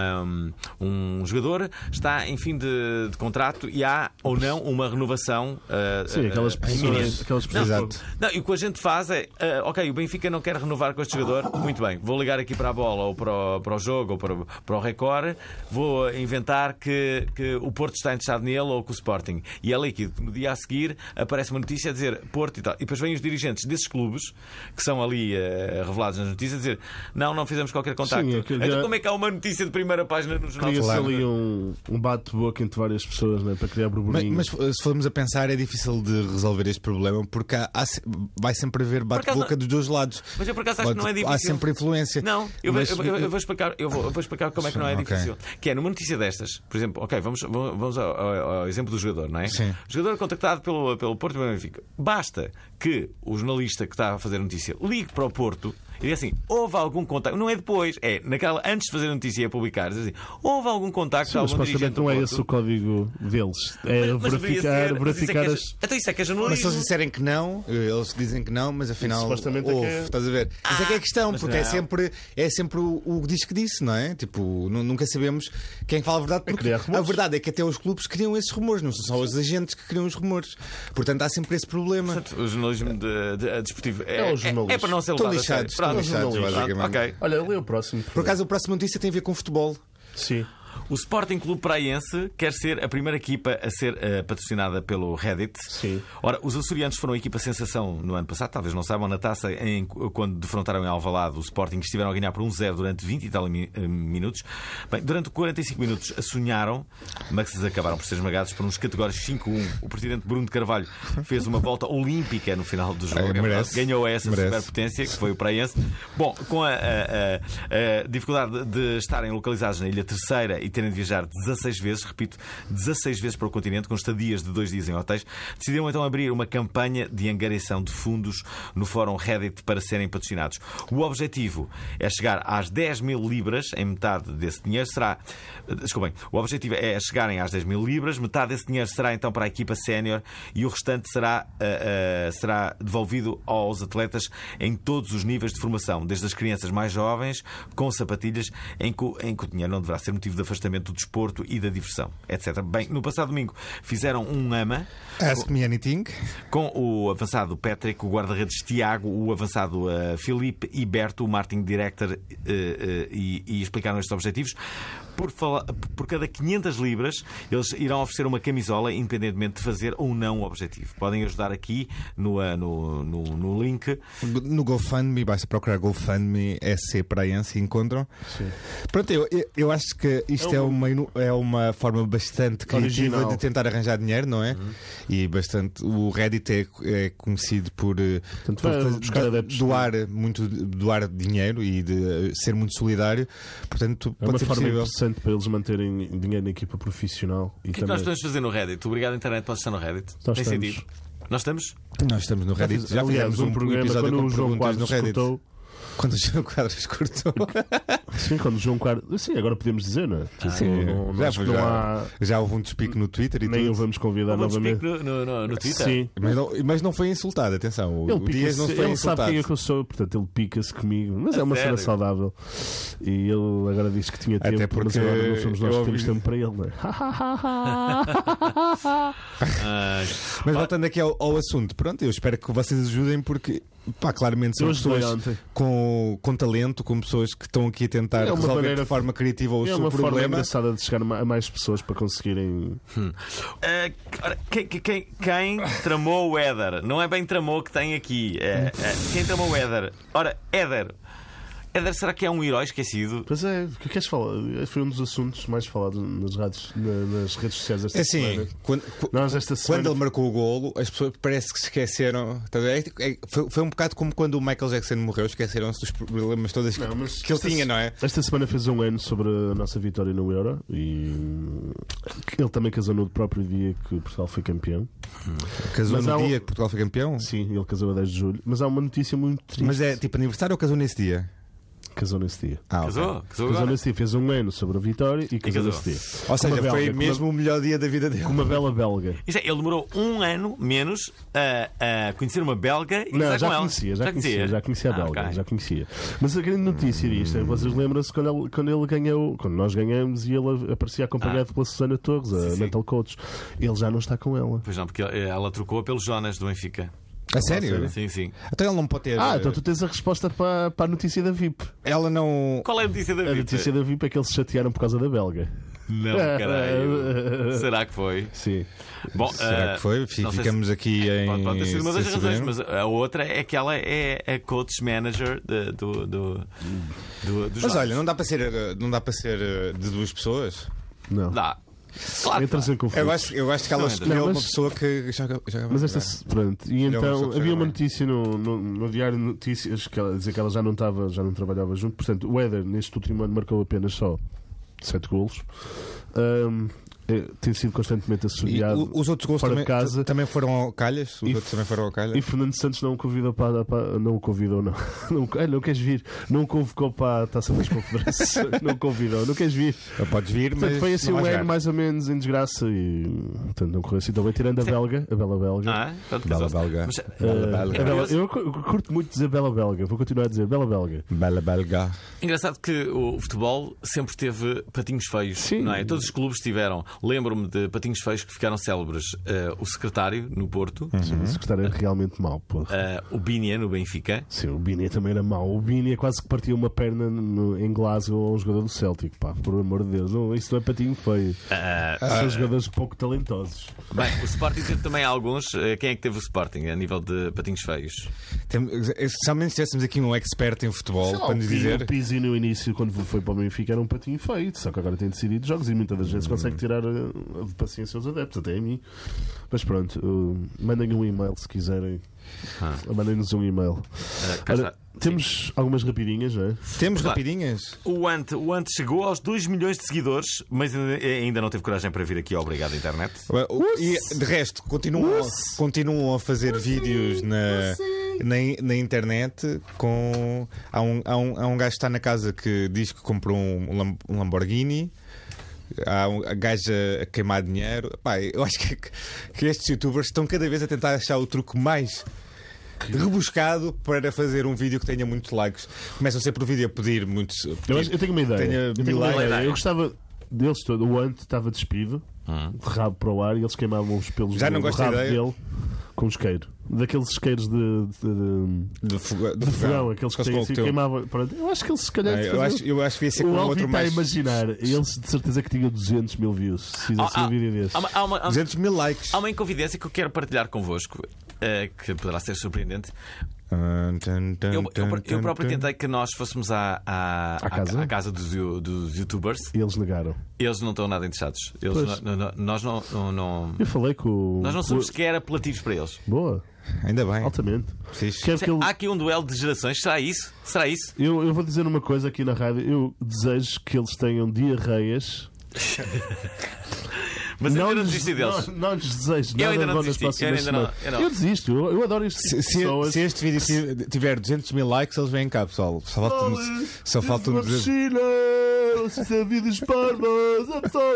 Speaker 1: um, um jogador está em fim de, de contrato e há ou não uma renovação. eh,
Speaker 3: Sim, aquelas
Speaker 1: eh, iminente.
Speaker 3: pessoas. Aquelas
Speaker 1: Não,
Speaker 3: pessoas
Speaker 1: não, e o que a gente faz é, ah, ok, o Benfica não quer renovar com este jogador, muito bem, vou ligar aqui para a bola ou para o, para o jogo ou para, o- para o Record, vou inventar que, que o Porto está interessado nele ou que o Sporting. E é líquido. No dia a seguir aparece uma notícia a dizer Porto e tal. E depois vêm os dirigentes desses clubes que são ali ah, revelados nas notícias a dizer não, não fizemos qualquer contacto.
Speaker 3: Sim, é que-
Speaker 1: então como é que há uma notícia de primeira página no jornal?
Speaker 3: Cria-se
Speaker 1: Claro.
Speaker 3: ali um, um bate-boca entre várias pessoas né, para criar
Speaker 2: Mas,
Speaker 3: burburinho.
Speaker 2: mas, se formos a pensar, é difícil de resolver este problema porque há- há se- vai sempre haver bate-boca
Speaker 1: não-
Speaker 2: dos dois lados.
Speaker 1: Mas eu por acaso acho que não é
Speaker 2: Há
Speaker 1: difícil.
Speaker 2: sempre influência.
Speaker 1: Não, eu, vou-
Speaker 2: Mas-
Speaker 1: eu vou- eu vou explicar, eu, vou, eu vou explicar como é que não é
Speaker 2: Sim, ok.
Speaker 1: difícil. Que é numa notícia destas, por exemplo, ok, vamos, vamos ao, ao- ao exemplo do jogador, não é?
Speaker 2: Sim.
Speaker 1: O jogador contactado pelo, pelo Porto e pelo Benfica. Basta que o jornalista que está a fazer a notícia ligue para o Porto e diga assim: houve algum contacto, não é depois, é naquela, antes de fazer a notícia e a publicar, diz assim: houve algum contacto,
Speaker 3: Sim, mas
Speaker 1: algum
Speaker 3: supostamente
Speaker 1: dirigente
Speaker 3: não
Speaker 1: do
Speaker 3: é
Speaker 1: Porto?
Speaker 3: esse o código deles. É
Speaker 1: Mas- mas deveria
Speaker 3: verificar,
Speaker 1: ser, mas isso é que
Speaker 3: verificar
Speaker 1: é-
Speaker 3: as.
Speaker 1: Então isso é que é
Speaker 2: Mas se
Speaker 1: jornalismo.
Speaker 2: eles disserem que não, eles dizem que não, mas afinal.
Speaker 3: Supostamente é
Speaker 2: houve,
Speaker 3: que é-
Speaker 2: Estás a ver? Isso é que é a questão, porque é
Speaker 1: não.
Speaker 2: sempre, é sempre o, o que diz que disse, não é? Tipo, nu- nunca sabemos quem é fala a verdade, porque
Speaker 3: criar
Speaker 2: a
Speaker 3: rumores.
Speaker 2: verdade é que até os clubes criam esses rumores, não são só os agentes que criam os rumores. Portanto, há sempre esse problema.
Speaker 1: Portanto, o jornalismo de, de- desportivo é,
Speaker 3: É o jornalismo.
Speaker 1: é- é para não ser
Speaker 2: Estão
Speaker 1: levado a sério.
Speaker 2: lixados, estão
Speaker 1: Pronto.
Speaker 2: lixados,
Speaker 1: Pronto,
Speaker 2: basicamente.
Speaker 1: ok.
Speaker 3: Olha, lê o próximo.
Speaker 2: Por acaso, a próxima notícia tem a ver com futebol.
Speaker 3: Sim.
Speaker 1: O Sporting Clube Praiense quer ser a primeira equipa a ser eh, patrocinada pelo Reddit.
Speaker 3: Sim.
Speaker 1: Ora, os açorianos foram a equipa sensação no ano passado, talvez não saibam, na taça em- quando defrontaram em Alvalade o Sporting, estiveram a ganhar por 1-0 durante 20 e tal mi- eh, minutos. Bem, durante 45 minutos sonharam, mas acabaram por ser esmagados por uns categórios 5-1. O presidente Bruno de Carvalho fez uma volta olímpica no final do jogo.
Speaker 2: É, merece.
Speaker 1: Ganhou essa
Speaker 2: Merece.
Speaker 1: super potência, que foi o Praiense. Bom, com a, a- a- a dificuldade de estarem localizados na Ilha Terceira e terem de viajar 16 vezes, repito, 16 vezes para o continente, com estadias de dois dias em hotéis, decidiram então abrir uma campanha de angariação de fundos no fórum Reddit para serem patrocinados. O objetivo é chegar às 10 mil libras, em metade desse dinheiro será. Desculpem, o objetivo é chegarem às 10 mil libras, metade desse dinheiro será então para a equipa sénior e o restante será, ah, ah, será devolvido aos atletas em todos os níveis de formação, desde as crianças mais jovens, com sapatilhas, em que, o- em que o dinheiro não deverá ser motivo de afastamento do desporto e da diversão, etc. Bem, no passado domingo fizeram um AMA
Speaker 2: Ask me anything.
Speaker 1: com o avançado Patrick, o guarda-redes Tiago, o avançado eh, Filipe e Berto, o marketing director, eh, eh, e, e explicaram estes objetivos. Por, fala- por cada 500 libras, eles irão oferecer uma camisola, independentemente de fazer ou não o objetivo. Podem ajudar aqui no, eh, no, no, no link.
Speaker 2: No GoFundMe, basta procurar GoFundMe SC Praiense e encontram.
Speaker 3: É
Speaker 2: Pronto, eu, eu, eu acho que isto é uma, inu- é uma forma bastante criativa
Speaker 3: um Original.
Speaker 2: de tentar arranjar dinheiro, não é? E bastante. O Reddit é, é conhecido por, eh,
Speaker 3: Portanto,
Speaker 2: por
Speaker 3: vai
Speaker 2: faz-
Speaker 3: buscar
Speaker 2: do-
Speaker 3: adeptos. é?
Speaker 2: doar muito doar dinheiro e de eh, ser muito solidário. Portanto,
Speaker 3: É
Speaker 2: pode
Speaker 3: uma
Speaker 2: ser
Speaker 3: forma
Speaker 2: possível.
Speaker 3: interessante para eles manterem dinheiro na equipa profissional e
Speaker 1: O que é que
Speaker 3: também.
Speaker 1: nós podemos fazer no Reddit? Obrigado, internet, pode estar no Reddit.
Speaker 3: Nós
Speaker 1: Tem
Speaker 3: estamos.
Speaker 1: sentido. Nós estamos?
Speaker 2: Nós estamos no Reddit, já
Speaker 3: Aliás,
Speaker 2: fizemos um,
Speaker 3: programa
Speaker 2: episódio
Speaker 3: quando
Speaker 2: com
Speaker 3: o João
Speaker 2: perguntas no
Speaker 3: Quadros
Speaker 2: Reddit.
Speaker 3: cortou.
Speaker 2: Quando o João Quadros cortou.
Speaker 3: Sim, quando o João Quadros. Sim, agora podemos dizer, não é?
Speaker 2: Ah, Sim,
Speaker 3: não, não,
Speaker 2: já,
Speaker 3: acho
Speaker 2: foi-
Speaker 3: que não
Speaker 2: já,
Speaker 3: há.
Speaker 2: já houve um despique no Twitter e
Speaker 3: Nem
Speaker 2: tudo.
Speaker 3: o vamos convidar
Speaker 1: Vamos
Speaker 3: novamente.
Speaker 1: no, no, no, no Twitter?
Speaker 3: Sim.
Speaker 2: Mas não, mas não foi insultado, atenção. O,
Speaker 3: Ele,
Speaker 2: o Dias
Speaker 3: pica-se,
Speaker 2: não foi
Speaker 3: ele sabe
Speaker 2: insultado.
Speaker 3: quem é que eu sou, portanto ele pica-se comigo, mas é uma cena
Speaker 1: sério?
Speaker 3: saudável. E ele agora disse que tinha
Speaker 2: Até
Speaker 3: tempo, mas
Speaker 2: porque
Speaker 3: agora não somos nós
Speaker 2: eu
Speaker 3: que temos
Speaker 2: ouvi-
Speaker 3: tempo para ele, não é?
Speaker 1: Ah,
Speaker 2: Mas voltando aqui ao, ao assunto, pronto, eu espero que vocês ajudem porque, pá, claramente são
Speaker 3: Eu ajudei
Speaker 2: pessoas
Speaker 3: ontem.
Speaker 2: com, com talento, com pessoas que estão aqui a tentar
Speaker 3: É uma
Speaker 2: resolver
Speaker 3: maneira-
Speaker 2: de forma criativa o
Speaker 3: é
Speaker 2: seu
Speaker 3: uma forma
Speaker 2: problema.
Speaker 3: engraçada de chegar a mais pessoas para conseguirem.
Speaker 1: Ah, ora, quem, quem- quem- quem tramou o Éder? Não é bem tramou que tem aqui. é, é, quem tramou o Éder? Ora, Éder, É, deve- será que é um herói esquecido?
Speaker 3: Pois é, o que é que queres falar? Foi um dos assuntos mais falados nas, rádios, na- nas redes sociais esta
Speaker 2: É assim,
Speaker 3: semana.
Speaker 2: quando, cu-
Speaker 3: Nós esta
Speaker 2: quando
Speaker 3: semana.
Speaker 2: ele marcou o golo, as pessoas parece que se esqueceram. Tá a ver? É- é- Foi, foi um bocado como quando o Michael Jackson morreu, esqueceram-se dos problemas todos que,
Speaker 3: Não, mas
Speaker 2: que ele
Speaker 3: esta-
Speaker 2: tinha, não é?
Speaker 3: Esta semana fez um ano sobre a nossa vitória no Euro e hum, ele também casou no próprio dia que Portugal foi campeão.
Speaker 2: Casou
Speaker 3: Mas
Speaker 2: no
Speaker 3: há um-
Speaker 2: dia que Portugal foi campeão?
Speaker 3: Sim, ele casou a 10 de julho. Mas há uma notícia muito triste.
Speaker 2: Mas é tipo aniversário ou casou nesse dia?
Speaker 3: Casou nesse dia.
Speaker 2: Ah, ok.
Speaker 1: Casou? Casou
Speaker 3: Casou
Speaker 1: agora?
Speaker 3: nesse dia, fez um ano sobre a vitória e
Speaker 1: casou.
Speaker 3: casou nesse dia.
Speaker 2: Ou seja,
Speaker 3: Com uma
Speaker 2: foi
Speaker 3: belga, com
Speaker 2: mesmo o melhor dia da vida dele.
Speaker 3: Uma, com uma bela belga.
Speaker 1: Isto é, ele demorou um ano menos a, a conhecer uma belga e
Speaker 3: Não,
Speaker 1: casar com
Speaker 3: já
Speaker 1: ela.
Speaker 3: conhecia, já, conhecia, já conhecia a
Speaker 1: Ah,
Speaker 3: belga,
Speaker 1: ok.
Speaker 3: já conhecia. Mas a grande notícia disto é, vocês lembram-se quando ele, quando ele ganhou, quando nós ganhamos e ele aparecia acompanhado pela Susana Torres, a
Speaker 1: Ah. Sim, sim.
Speaker 3: Mental Coach. Ele já não está com ela.
Speaker 1: Pois não, porque ela- ela trocou pelo Jonas do Benfica.
Speaker 2: A sério?
Speaker 1: Sim, sim.
Speaker 2: Então ele não pode
Speaker 1: É.
Speaker 2: ter.
Speaker 3: Ah, então tu tens a resposta para, para a notícia da VIP.
Speaker 2: Ela não.
Speaker 1: Qual é a notícia da
Speaker 3: A
Speaker 1: vida?
Speaker 3: notícia da VIP é que eles se chatearam por causa da belga.
Speaker 1: Não, caralho. Será que foi?
Speaker 3: Sim.
Speaker 1: Bom,
Speaker 2: Será
Speaker 1: ah,
Speaker 2: que foi?
Speaker 1: não
Speaker 2: Fi-
Speaker 1: sei se-
Speaker 2: Ficamos aqui
Speaker 3: É,
Speaker 2: em.
Speaker 1: Pode, pode ter sido uma das
Speaker 2: sem
Speaker 1: razões,
Speaker 2: saber.
Speaker 1: mas a outra é que ela é a coach manager de- do, do, do- dos
Speaker 2: Mas
Speaker 1: lados.
Speaker 2: olha, não dá para ser, eh, não dá para ser eh, de duas pessoas.
Speaker 3: Não.
Speaker 1: Dá. Claro que dá.
Speaker 3: Entras em conflito.
Speaker 2: Eu acho, eu acho que ela
Speaker 1: Não,
Speaker 2: escolheu
Speaker 3: não,
Speaker 2: uma
Speaker 3: mas-
Speaker 2: pessoa que joga. joga
Speaker 3: Mas
Speaker 2: bem.
Speaker 3: esta. Pronto, e
Speaker 2: Não, só
Speaker 3: então
Speaker 2: que
Speaker 3: havia uma
Speaker 2: agora.
Speaker 3: notícia no, no, no Diário de Notícias que ela, dizer que ela já não, estava, já não trabalhava junto. Portanto, o Éder, neste último ano, marcou apenas só 7 golos. Ahm, é, tem sido constantemente
Speaker 2: E
Speaker 3: assediado.
Speaker 2: o- os outros gols
Speaker 3: fora de
Speaker 2: também,
Speaker 3: casa.
Speaker 2: também foram ao calhas? Os
Speaker 3: E-
Speaker 2: outros também foram ao calhas?
Speaker 3: E Fernando Santos não o convidou para. para não o convidou, não. Não, o- ah, não queres vir. Não o convocou para a taça das confederações. não o convidou. Não queres vir.
Speaker 2: Podes vir, mas.
Speaker 3: Portanto, foi assim
Speaker 2: não
Speaker 3: um
Speaker 2: vais
Speaker 3: ano
Speaker 2: jogar.
Speaker 3: mais ou menos em desgraça e. Portanto, não correu assim tão bem. Tirando a belga, a bela belga.
Speaker 1: Ah, é? Pronto,
Speaker 2: Bela
Speaker 1: casou-se.
Speaker 2: belga.
Speaker 1: Mas, eh,
Speaker 2: Bela
Speaker 3: Ah,
Speaker 2: belga.
Speaker 3: a Bela- eu cu- curto muito dizer Bela Belga, vou continuar a dizer Bela Belga.
Speaker 2: Bela belga.
Speaker 1: Engraçado que o futebol sempre teve patinhos feios,
Speaker 3: Sim.
Speaker 1: não é? Todos os clubes tiveram. Lembro-me de patinhos feios que ficaram célebres. Eh, o secretário no Porto,
Speaker 2: Uhum.
Speaker 3: O secretário é realmente mau, pô.
Speaker 1: eh, o Binia no Benfica.
Speaker 3: Sim, o Bini também era mau. O Bini é quase que partiu uma perna no- em Glasgow a um jogador do Celtic, pá, por amor de Deus. Não, isso não é patinho feio.
Speaker 1: Eh,
Speaker 2: Ah,
Speaker 3: São jogadores pouco talentosos.
Speaker 1: bem, o Sporting teve também alguns. Eh, quem é que teve o Sporting a nível de patinhos feios?
Speaker 2: Tem- eh, Se ao menos tivéssemos aqui um expert em futebol
Speaker 3: Sei lá,
Speaker 2: para nos
Speaker 3: o Pizzi-
Speaker 2: dizer.
Speaker 3: O Pizzi no início, quando foi para o Benfica, era um patinho feio, só que agora tem decidido jogos e muitas das vezes consegue tirar a, a de paciência aos adeptos, até a mim. Mas pronto, uh, mandem um e-mail se quiserem.
Speaker 1: Ah.
Speaker 3: Mandem-nos um e-mail.
Speaker 1: Eh, cá
Speaker 3: Ora,
Speaker 1: está.
Speaker 3: temos algumas rapidinhas, não é?
Speaker 2: Temos
Speaker 1: Claro.
Speaker 2: rapidinhas?
Speaker 1: O Ant, o Ant chegou aos 2 milhões de seguidores, mas ainda- ainda não teve coragem para vir aqui. Obrigado, internet.
Speaker 2: E de resto, continuam, continuam a fazer vídeos na, na, na internet com. Há um, há, um, há um gajo que está na casa que diz que comprou um, Lam- um Lamborghini. Há um a gajo a queimar dinheiro. Pá, eu acho que, que estes youtubers estão cada vez a tentar achar o truque mais rebuscado para fazer um vídeo que tenha muitos likes. Começam sempre o vídeo a pedir muitos.
Speaker 3: Eu, acho- eu tenho uma ideia.
Speaker 2: Tenho
Speaker 3: eu, tenho uma
Speaker 2: mil
Speaker 3: ideia.
Speaker 1: likes.
Speaker 3: Eu gostava deles todos. O Ant estava despido, de rabo para o ar, e eles queimavam os pelos
Speaker 2: Hum. Já
Speaker 3: do,
Speaker 2: não
Speaker 3: do
Speaker 2: gosto da
Speaker 3: rabo
Speaker 2: ideia.
Speaker 3: dele com um isqueiro. Daqueles isqueiros de- de- de
Speaker 2: De, fogo- de
Speaker 3: de fogão, aqueles que
Speaker 2: Aqueles
Speaker 3: têm
Speaker 2: com
Speaker 3: assim,
Speaker 2: o teu.
Speaker 3: queimavam. Pronto, eu acho que eles se calhar.
Speaker 2: Ah, eu
Speaker 3: faziam-
Speaker 2: acho- eu acho que ia ser com
Speaker 3: o
Speaker 2: um
Speaker 3: Alvin tá
Speaker 2: outro
Speaker 3: está a
Speaker 2: mais-
Speaker 3: imaginar. Eles de certeza que tinham 200 mil views se fizessem
Speaker 1: Há-
Speaker 3: um vídeo desse.
Speaker 1: há uma- há uma- há uma-
Speaker 2: 200 mil likes.
Speaker 1: Há uma inconfidência que eu quero partilhar convosco, eh, que poderá ser surpreendente. Eu, eu- eu próprio tentei que nós fôssemos à, à, à-
Speaker 3: casa?
Speaker 1: à casa dos, yo- dos youtubers.
Speaker 3: Eles negaram.
Speaker 1: Eles não estão nada interessados. Eles
Speaker 3: Pois.
Speaker 1: não- não- não- nós, não, não- não-
Speaker 3: Eu falei com o.
Speaker 1: nós não
Speaker 3: com-
Speaker 1: somos sequer apelativos para eles.
Speaker 3: Boa,
Speaker 2: Ainda bem.
Speaker 3: altamente.
Speaker 2: Fixe.
Speaker 3: Quero que ele-
Speaker 1: Há aqui um duelo de gerações. Será isso? Será isso?
Speaker 3: eu, eu vou dizer uma coisa aqui na rádio. Eu desejo que eles tenham diarreias.
Speaker 1: Mas eu ainda não
Speaker 3: lhes-
Speaker 1: desisti deles.
Speaker 3: não, não lhes desejo
Speaker 1: Eu
Speaker 3: nada
Speaker 1: ainda não
Speaker 3: bom nas
Speaker 1: desisti, eu
Speaker 3: próximas
Speaker 1: ainda não-
Speaker 3: semanas.
Speaker 1: eu não.
Speaker 3: Eu desisto, eu, eu adoro este
Speaker 2: Se,
Speaker 3: tipo de
Speaker 2: se-
Speaker 3: pessoas.
Speaker 2: é se este vídeo ti- tiver 200 mil likes, eles vêm cá, pessoal. Só faltam. Só faltam.
Speaker 3: Uma
Speaker 2: 200.
Speaker 3: piscina, se tem vídeos parvas, a pessoa.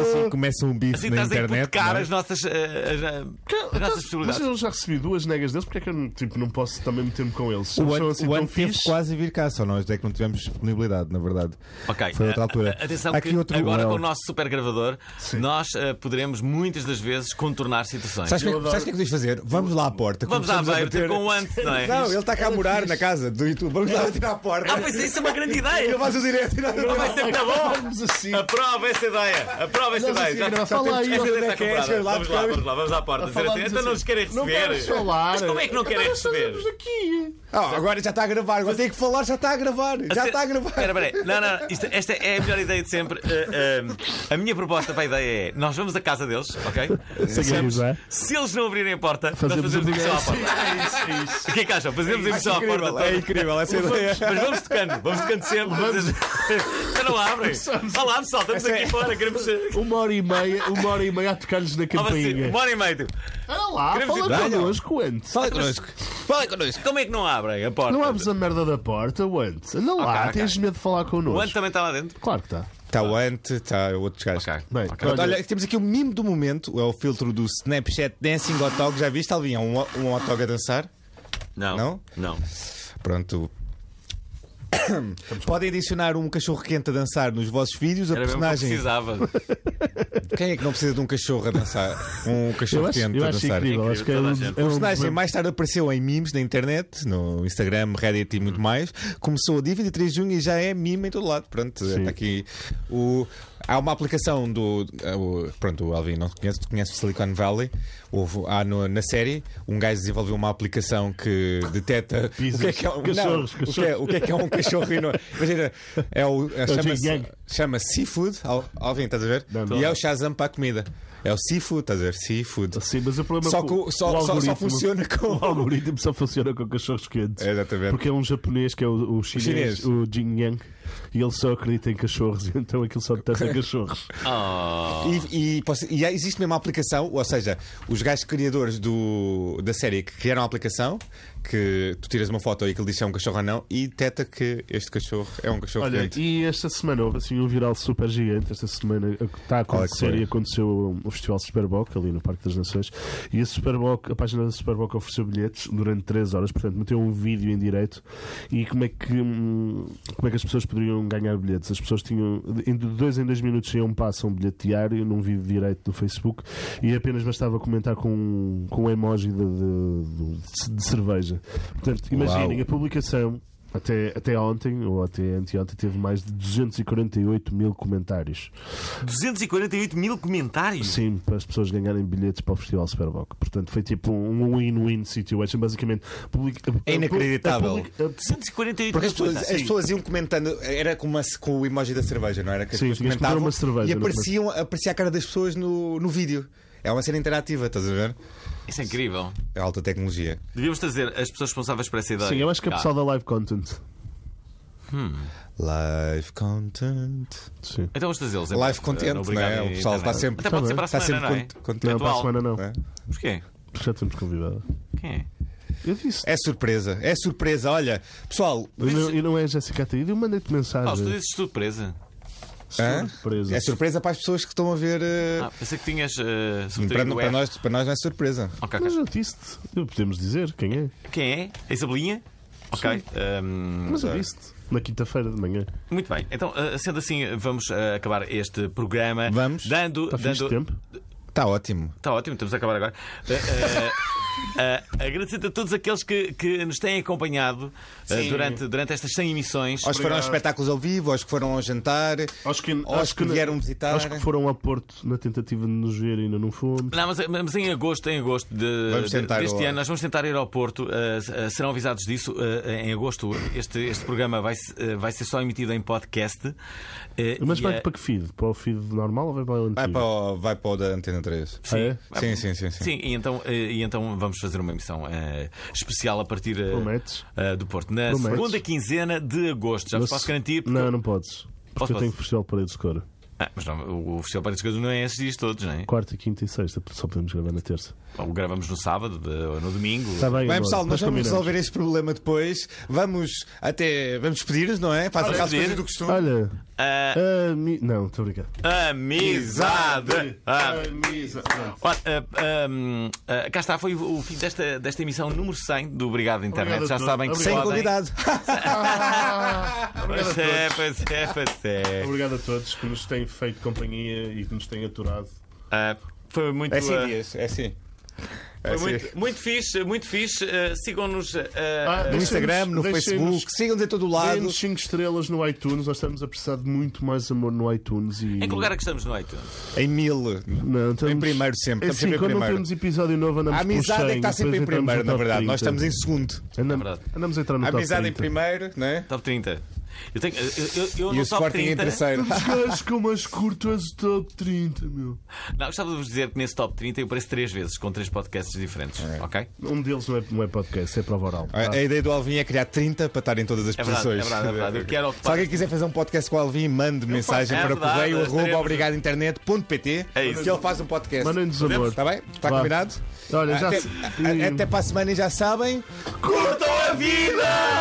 Speaker 2: Assim começa um bife
Speaker 1: Assim
Speaker 2: na
Speaker 1: estás a
Speaker 2: internet.
Speaker 1: hipotecar
Speaker 2: não é?
Speaker 1: as nossas, eh, as, eh, as nossas
Speaker 3: Então, Mas
Speaker 1: possibilidades.
Speaker 3: eu já recebi duas negas deles, porque é que eu não, tipo, não posso também meter-me com eles?
Speaker 2: O
Speaker 3: Eles são
Speaker 2: ano,
Speaker 3: assim
Speaker 2: o
Speaker 3: tão
Speaker 2: ano teve
Speaker 3: fixe.
Speaker 2: quase a vir cá, só nós é que não tivemos disponibilidade, na verdade.
Speaker 1: Ok,
Speaker 2: Foi outra
Speaker 1: a-
Speaker 2: altura.
Speaker 1: a- Atenção
Speaker 2: Aqui
Speaker 1: que
Speaker 2: outro
Speaker 1: agora
Speaker 2: duelo.
Speaker 1: com o nosso super gravador nós eh, poderemos muitas das vezes contornar situações.
Speaker 2: Sabes o que, é que- sabes o que é que deves fazer? Vamos lá à porta.
Speaker 1: Vamos à
Speaker 2: começamos a
Speaker 1: beira
Speaker 2: bater-
Speaker 1: ter com o Ante, não é?
Speaker 2: Não, ele está cá a morar na casa do YouTube. Vamos lá tirar à porta.
Speaker 1: Ah, pois isso é uma grande ideia!
Speaker 2: Ele faz o direto.
Speaker 1: Vai ser muito bom! Ah,
Speaker 3: Estamos assim.
Speaker 1: Aprova essa ideia! Aprova! jovens
Speaker 7: Nós
Speaker 1: também.
Speaker 7: assim, não, fala
Speaker 1: temos-
Speaker 7: aí
Speaker 1: essa
Speaker 7: onde é
Speaker 1: ideia está
Speaker 7: que é,
Speaker 1: comprada.
Speaker 7: chega lá,
Speaker 1: Vamos lá,
Speaker 7: porque-
Speaker 1: vamos lá, vamos à porta. Dizer assim,
Speaker 7: falamos
Speaker 1: então não nos querem
Speaker 7: Não
Speaker 1: receber.
Speaker 7: queres falar.
Speaker 1: Mas como é
Speaker 3: Então
Speaker 1: que não querem receber?
Speaker 7: aqui. Ah, agora
Speaker 2: tá
Speaker 7: já está a gravar. Agora tem que falar, já está a gravar. Já está a gravar.
Speaker 1: Espera, espera. Não, não, isto- esta é a melhor ideia de sempre. Uh, um, a minha proposta para a ideia é: nós vamos à casa deles, ok? Dizemos,
Speaker 3: é?
Speaker 1: se eles não abrirem a porta,
Speaker 3: Fazemos
Speaker 1: nós fazemos
Speaker 3: um
Speaker 1: emissão à porta. O que é que acham? Fazemos emissão à porta.
Speaker 2: incrível, é incrível essa ideia.
Speaker 1: Mas vamos tocando, vamos tocando sempre. Então não abrem. Olá pessoal, estamos
Speaker 3: É.
Speaker 1: aqui fora, queremos.
Speaker 3: Uma hora e meia, uma hora e meia a tocar-lhes na
Speaker 1: Ah, vai ser
Speaker 3: campainha.
Speaker 1: Uma hora e meia. tipo,
Speaker 3: Olha Ah, lá,
Speaker 1: Queremos ir-
Speaker 3: fala
Speaker 1: Dá-lhe.
Speaker 3: connosco, antes.
Speaker 2: Fala connosco. Fala connosco.
Speaker 1: Como é que não abrem a porta?
Speaker 3: Não abres a merda da porta, antes. Anda
Speaker 2: Ah,
Speaker 3: lá,
Speaker 1: Ok, ok.
Speaker 3: tens medo de falar
Speaker 1: O Ant
Speaker 3: connosco.
Speaker 1: também está lá dentro.
Speaker 3: Claro que tá. está.
Speaker 2: Está Tá o Ante, está outros gajos.
Speaker 3: Bem,
Speaker 2: Pronto,
Speaker 3: olha,
Speaker 2: olha, temos aqui o mimo do momento, é o filtro do Snapchat Dancing Hot Dog. Já viste, Alvin? É um, um hot dog a dançar?
Speaker 1: Não.
Speaker 2: Não?
Speaker 1: Não.
Speaker 2: Pronto. Podem adicionar um cachorro quente a dançar nos vossos vídeos. A
Speaker 1: Era mesmo que eu
Speaker 2: personagem.
Speaker 1: precisava.
Speaker 2: Quem é que não precisa de um cachorro a dançar? Um
Speaker 3: eu
Speaker 2: cachorro
Speaker 3: acho,
Speaker 2: quente
Speaker 3: eu
Speaker 2: a
Speaker 3: acho
Speaker 2: dançar.
Speaker 3: incrível. Acho que é um,
Speaker 1: Incrível,
Speaker 3: é
Speaker 2: O
Speaker 3: um
Speaker 2: personagem mais tarde apareceu em memes na internet, no Instagram, Reddit e muito mais. Começou a dia 23 de junho e já é meme em todo lado. Pronto, está aqui o. Há uma aplicação do. ah, o- Pronto, o Alvin não conhece, tu conheces o Silicon Valley. Houve, há no- na série, um gajo desenvolveu uma aplicação que detecta o que é que é um
Speaker 3: Cachorros,
Speaker 2: não, O, que é, o que é que é um cachorro e não- Imagina, é o. é- chama-se
Speaker 3: Yang.
Speaker 2: chama Seafood. Al- Alvin, estás a ver?
Speaker 3: Não,
Speaker 2: e é
Speaker 3: não.
Speaker 2: o Shazam para a comida. É o Seafood, estás a ver? Seafood.
Speaker 3: Sim, mas o problema
Speaker 2: Só
Speaker 3: é
Speaker 2: que o- só- só- só
Speaker 3: algoritmo-
Speaker 2: funciona com-
Speaker 3: O algoritmo só funciona com cachorros quentes.
Speaker 2: É, exatamente.
Speaker 3: Porque é um japonês que é o, o chinês,
Speaker 2: chinês.
Speaker 3: o Jin Yang, e ele só acredita em cachorros, e então aquilo só detecta cachorros. Ah.
Speaker 1: Oh.
Speaker 2: E, e posso- e há- existe mesmo uma aplicação, ou seja, os gajos criadores do- da série que criaram a aplicação, que tu tiras uma foto e aquilo diz se é um cachorro ou não, e detecta que este cachorro é um cachorro
Speaker 3: Olha,
Speaker 2: quente.
Speaker 3: e esta semana houve assim um viral super gigante. Esta semana está a
Speaker 2: Qual é que
Speaker 3: acontecer
Speaker 2: foi?
Speaker 3: e aconteceu o Festival Superboc ali no Parque das Nações. E a Superboc, a página da Superboc ofereceu bilhetes durante 3 horas, portanto, meteu um vídeo em direto. E como é que hum, como é que as pessoas poderiam ganhar bilhetes? As pessoas tinham em de dois em dois minutos iam passar um bilhete diário num vídeo direto do Facebook e apenas bastava comentar com, com um emoji de, de- de- de cerveja. Portanto, imaginem, a publicação até, até ontem, ou até anteontem, teve mais de 248 mil comentários.
Speaker 1: 248 mil comentários.
Speaker 3: Sim, para as pessoas ganharem bilhetes para o Festival Superboc. Portanto, foi tipo um win-win situation. Basicamente, publica-
Speaker 2: É inacreditável.
Speaker 3: a publica- a-
Speaker 1: 248
Speaker 2: Porque as
Speaker 1: mil
Speaker 3: é,
Speaker 2: pessoas, as pessoas iam comentando, era com, uma, com o emoji da cerveja, não era? Que as
Speaker 3: Sim,
Speaker 2: pessoas
Speaker 3: tinhas que comer
Speaker 2: comentavam
Speaker 3: uma cerveja
Speaker 2: e
Speaker 3: no
Speaker 2: apareciam, aparecia a cara das pessoas no, no vídeo. É uma cena interativa, estás a ver?
Speaker 1: Isso é incrível.
Speaker 2: É alta tecnologia.
Speaker 1: Devíamos trazer as pessoas responsáveis por essa ideia.
Speaker 3: Sim, eu acho que a
Speaker 1: Cá.
Speaker 3: pessoal da Live Content.
Speaker 2: Live content.
Speaker 3: Sim.
Speaker 1: Então vamos trazê-los. é
Speaker 2: Live
Speaker 1: pá,
Speaker 2: content,
Speaker 1: no
Speaker 2: não
Speaker 1: Obrigado
Speaker 2: é? O
Speaker 1: e
Speaker 2: pessoal está
Speaker 1: Internet.
Speaker 2: sempre-
Speaker 1: Até pode ser para a
Speaker 2: Está
Speaker 1: semana, não
Speaker 2: sempre
Speaker 1: é?
Speaker 2: cont- contente.
Speaker 3: Não, para a
Speaker 1: Atual.
Speaker 3: semana não.
Speaker 2: não é?
Speaker 1: Porquê?
Speaker 3: Já temos convidado.
Speaker 1: Quem é?
Speaker 3: Eu disse.
Speaker 2: É surpresa, é surpresa. Olha, pessoal,
Speaker 3: E não, e não é a Jéssica Ataíde, eu mandei-te
Speaker 1: é? Oh, tu
Speaker 3: mensagem.
Speaker 1: dizes surpresa.
Speaker 2: Hã?
Speaker 3: Surpresa.
Speaker 2: É surpresa para as pessoas que estão a ver. eh,
Speaker 1: Ah, pensei que tinhas. eh,
Speaker 2: para,
Speaker 1: subtraído o
Speaker 2: para
Speaker 1: R.
Speaker 2: nós, para nós não é surpresa.
Speaker 1: Ok, ok.
Speaker 3: Mas eu disse-te. Eu- Podemos dizer quem é.
Speaker 1: Quem é? A Isabelinha? Ok. ehm,
Speaker 3: Mas eu disse-te. Na quinta-feira de manhã.
Speaker 1: muito bem. Então, eh, sendo assim, vamos eh, acabar este programa.
Speaker 2: Vamos.
Speaker 1: Dando.
Speaker 3: Está fixe de
Speaker 1: dando...
Speaker 3: tempo?
Speaker 2: Está Tá ótimo.
Speaker 1: Está ótimo, estamos a acabar agora. Eh, eh, eh, agradecendo a todos aqueles que, que nos têm acompanhado eh, durante, durante estas 100 emissões.
Speaker 2: Aos que foram aos
Speaker 3: Obrigado.
Speaker 2: espetáculos ao vivo, aos que foram ao jantar,
Speaker 3: Acho que,
Speaker 2: aos que vieram visitar. né?
Speaker 3: Acho que foram a Porto na tentativa de nos ver e ainda não fomos.
Speaker 1: Não, mas, mas em agosto, em agosto de-
Speaker 2: Vamos
Speaker 1: de-
Speaker 2: tentar
Speaker 1: deste
Speaker 2: agora.
Speaker 1: ano, nós vamos tentar ir ao Porto. eh, s- eh, serão avisados disso eh, em agosto. Este, este programa vai, se- eh, vai ser só emitido em podcast. eh,
Speaker 3: Mas
Speaker 1: e,
Speaker 3: vai
Speaker 1: eh,
Speaker 3: para que feed? Para o feed normal ou vai para o antigo?
Speaker 2: Vai para, o, vai para o da Antena 3.
Speaker 3: Ah, é?
Speaker 2: Sim, sim, sim. sim.
Speaker 1: Sim, e então, eh, e então vamos fazer uma emissão eh, especial a partir eh,
Speaker 3: Prometes?
Speaker 1: eh, do Porto. Na
Speaker 3: Prometes?
Speaker 1: segunda quinzena de agosto. Já
Speaker 3: Mas-
Speaker 1: vos posso garantir. porque-
Speaker 3: Não, não podes. Porque
Speaker 1: Posso,
Speaker 3: eu tenho
Speaker 1: posso.
Speaker 3: festival de paredes de cor.
Speaker 1: Ah, mas não, o- o Festival Paredes Escuras não é esses dias todos, não é?
Speaker 3: Quarta, quinta e sexta. Só podemos gravar na terça.
Speaker 1: Ou gravamos no sábado de- ou no domingo.
Speaker 3: Está bem,
Speaker 2: Bem,
Speaker 3: amor,
Speaker 2: pessoal, nós
Speaker 3: depois
Speaker 2: vamos
Speaker 3: combinamos.
Speaker 2: resolver este problema depois. Vamos até. Vamos despedir-nos, não é? Faz
Speaker 1: Vamos
Speaker 2: aquelas coisas
Speaker 1: despedir.
Speaker 2: do costume.
Speaker 3: Olha.
Speaker 1: Ah,
Speaker 3: ah, mi- Não, estou obrigado.
Speaker 1: amizade! Ah,
Speaker 3: Amizade.
Speaker 1: Ora, ah, hum, ah, cá está, foi o o fim desta, desta emissão número 100 do Obrigado Internet. Já
Speaker 3: Obrigado a todos.
Speaker 1: sabem que
Speaker 2: Sem
Speaker 1: podem.
Speaker 2: convidado.
Speaker 1: Pois é, pois é, pois é.
Speaker 3: Obrigado a todos que nos têm feito companhia e que nos têm aturado.
Speaker 1: Ah, foi muito.
Speaker 2: É assim,
Speaker 1: ah,
Speaker 2: Dias, é assim.
Speaker 1: Foi muito, muito fixe, muito fixe. Eh, Sigam-nos. eh,
Speaker 3: Ah,
Speaker 1: eh,
Speaker 2: No Instagram, no
Speaker 3: Deixem-nos-
Speaker 2: Facebook, sigam-nos em todo o lado.
Speaker 3: Temos 5 estrelas no iTunes, nós estamos a precisar de muito mais amor no iTunes. E...
Speaker 1: em que lugar é que estamos no iTunes?
Speaker 2: Em mil.
Speaker 3: Não, estamos...
Speaker 2: Em primeiro sempre, estamos sempre
Speaker 3: É assim,
Speaker 2: em
Speaker 3: quando não
Speaker 2: primeiro.
Speaker 3: temos episódio novo, andamos
Speaker 2: A amizade
Speaker 3: pelos
Speaker 2: é que está
Speaker 3: 100,
Speaker 2: sempre em
Speaker 3: depois entramos
Speaker 2: primeiro,
Speaker 3: no
Speaker 2: na
Speaker 3: top
Speaker 2: verdade. Nós
Speaker 3: 30.
Speaker 2: estamos em segundo.
Speaker 1: É
Speaker 3: Andamos,
Speaker 1: verdade.
Speaker 3: andamos a entrar no
Speaker 2: A
Speaker 3: top
Speaker 2: amizade é em
Speaker 3: 30.
Speaker 2: primeiro, né?
Speaker 1: Top 30. Eu tenho. Eu, eu, eu
Speaker 2: E
Speaker 1: no
Speaker 2: o
Speaker 1: top
Speaker 2: Sporting
Speaker 1: 30.
Speaker 2: em terceiro.
Speaker 3: Os gajos que eu mais curto és o top 30, meu.
Speaker 1: Não, gostava de vos dizer que nesse top 30 eu apareço três vezes, com três podcasts diferentes. Ok?
Speaker 3: Um deles não é, não é podcast, é prova oral.
Speaker 2: A a ideia do Alvin é criar 30 para estar em todas as
Speaker 1: É verdade,
Speaker 2: posições.
Speaker 1: é verdade, é verdade. Eu quero
Speaker 2: Se
Speaker 1: ocupar.
Speaker 2: alguém quiser fazer um podcast com o Alvin, mande mensagem
Speaker 1: É
Speaker 2: para o
Speaker 1: verdade,
Speaker 2: correio arroba
Speaker 1: teremos-
Speaker 2: obrigadointernet.pt
Speaker 1: É isso.
Speaker 2: que ele faz um podcast.
Speaker 3: Mandem-nos amor.
Speaker 2: Está Tá bem? Está
Speaker 3: Vá.
Speaker 2: combinado? Ah, é,
Speaker 3: Olha, já
Speaker 2: até,
Speaker 3: se-
Speaker 2: a- até para a semana e já sabem.
Speaker 1: Curtam a vida!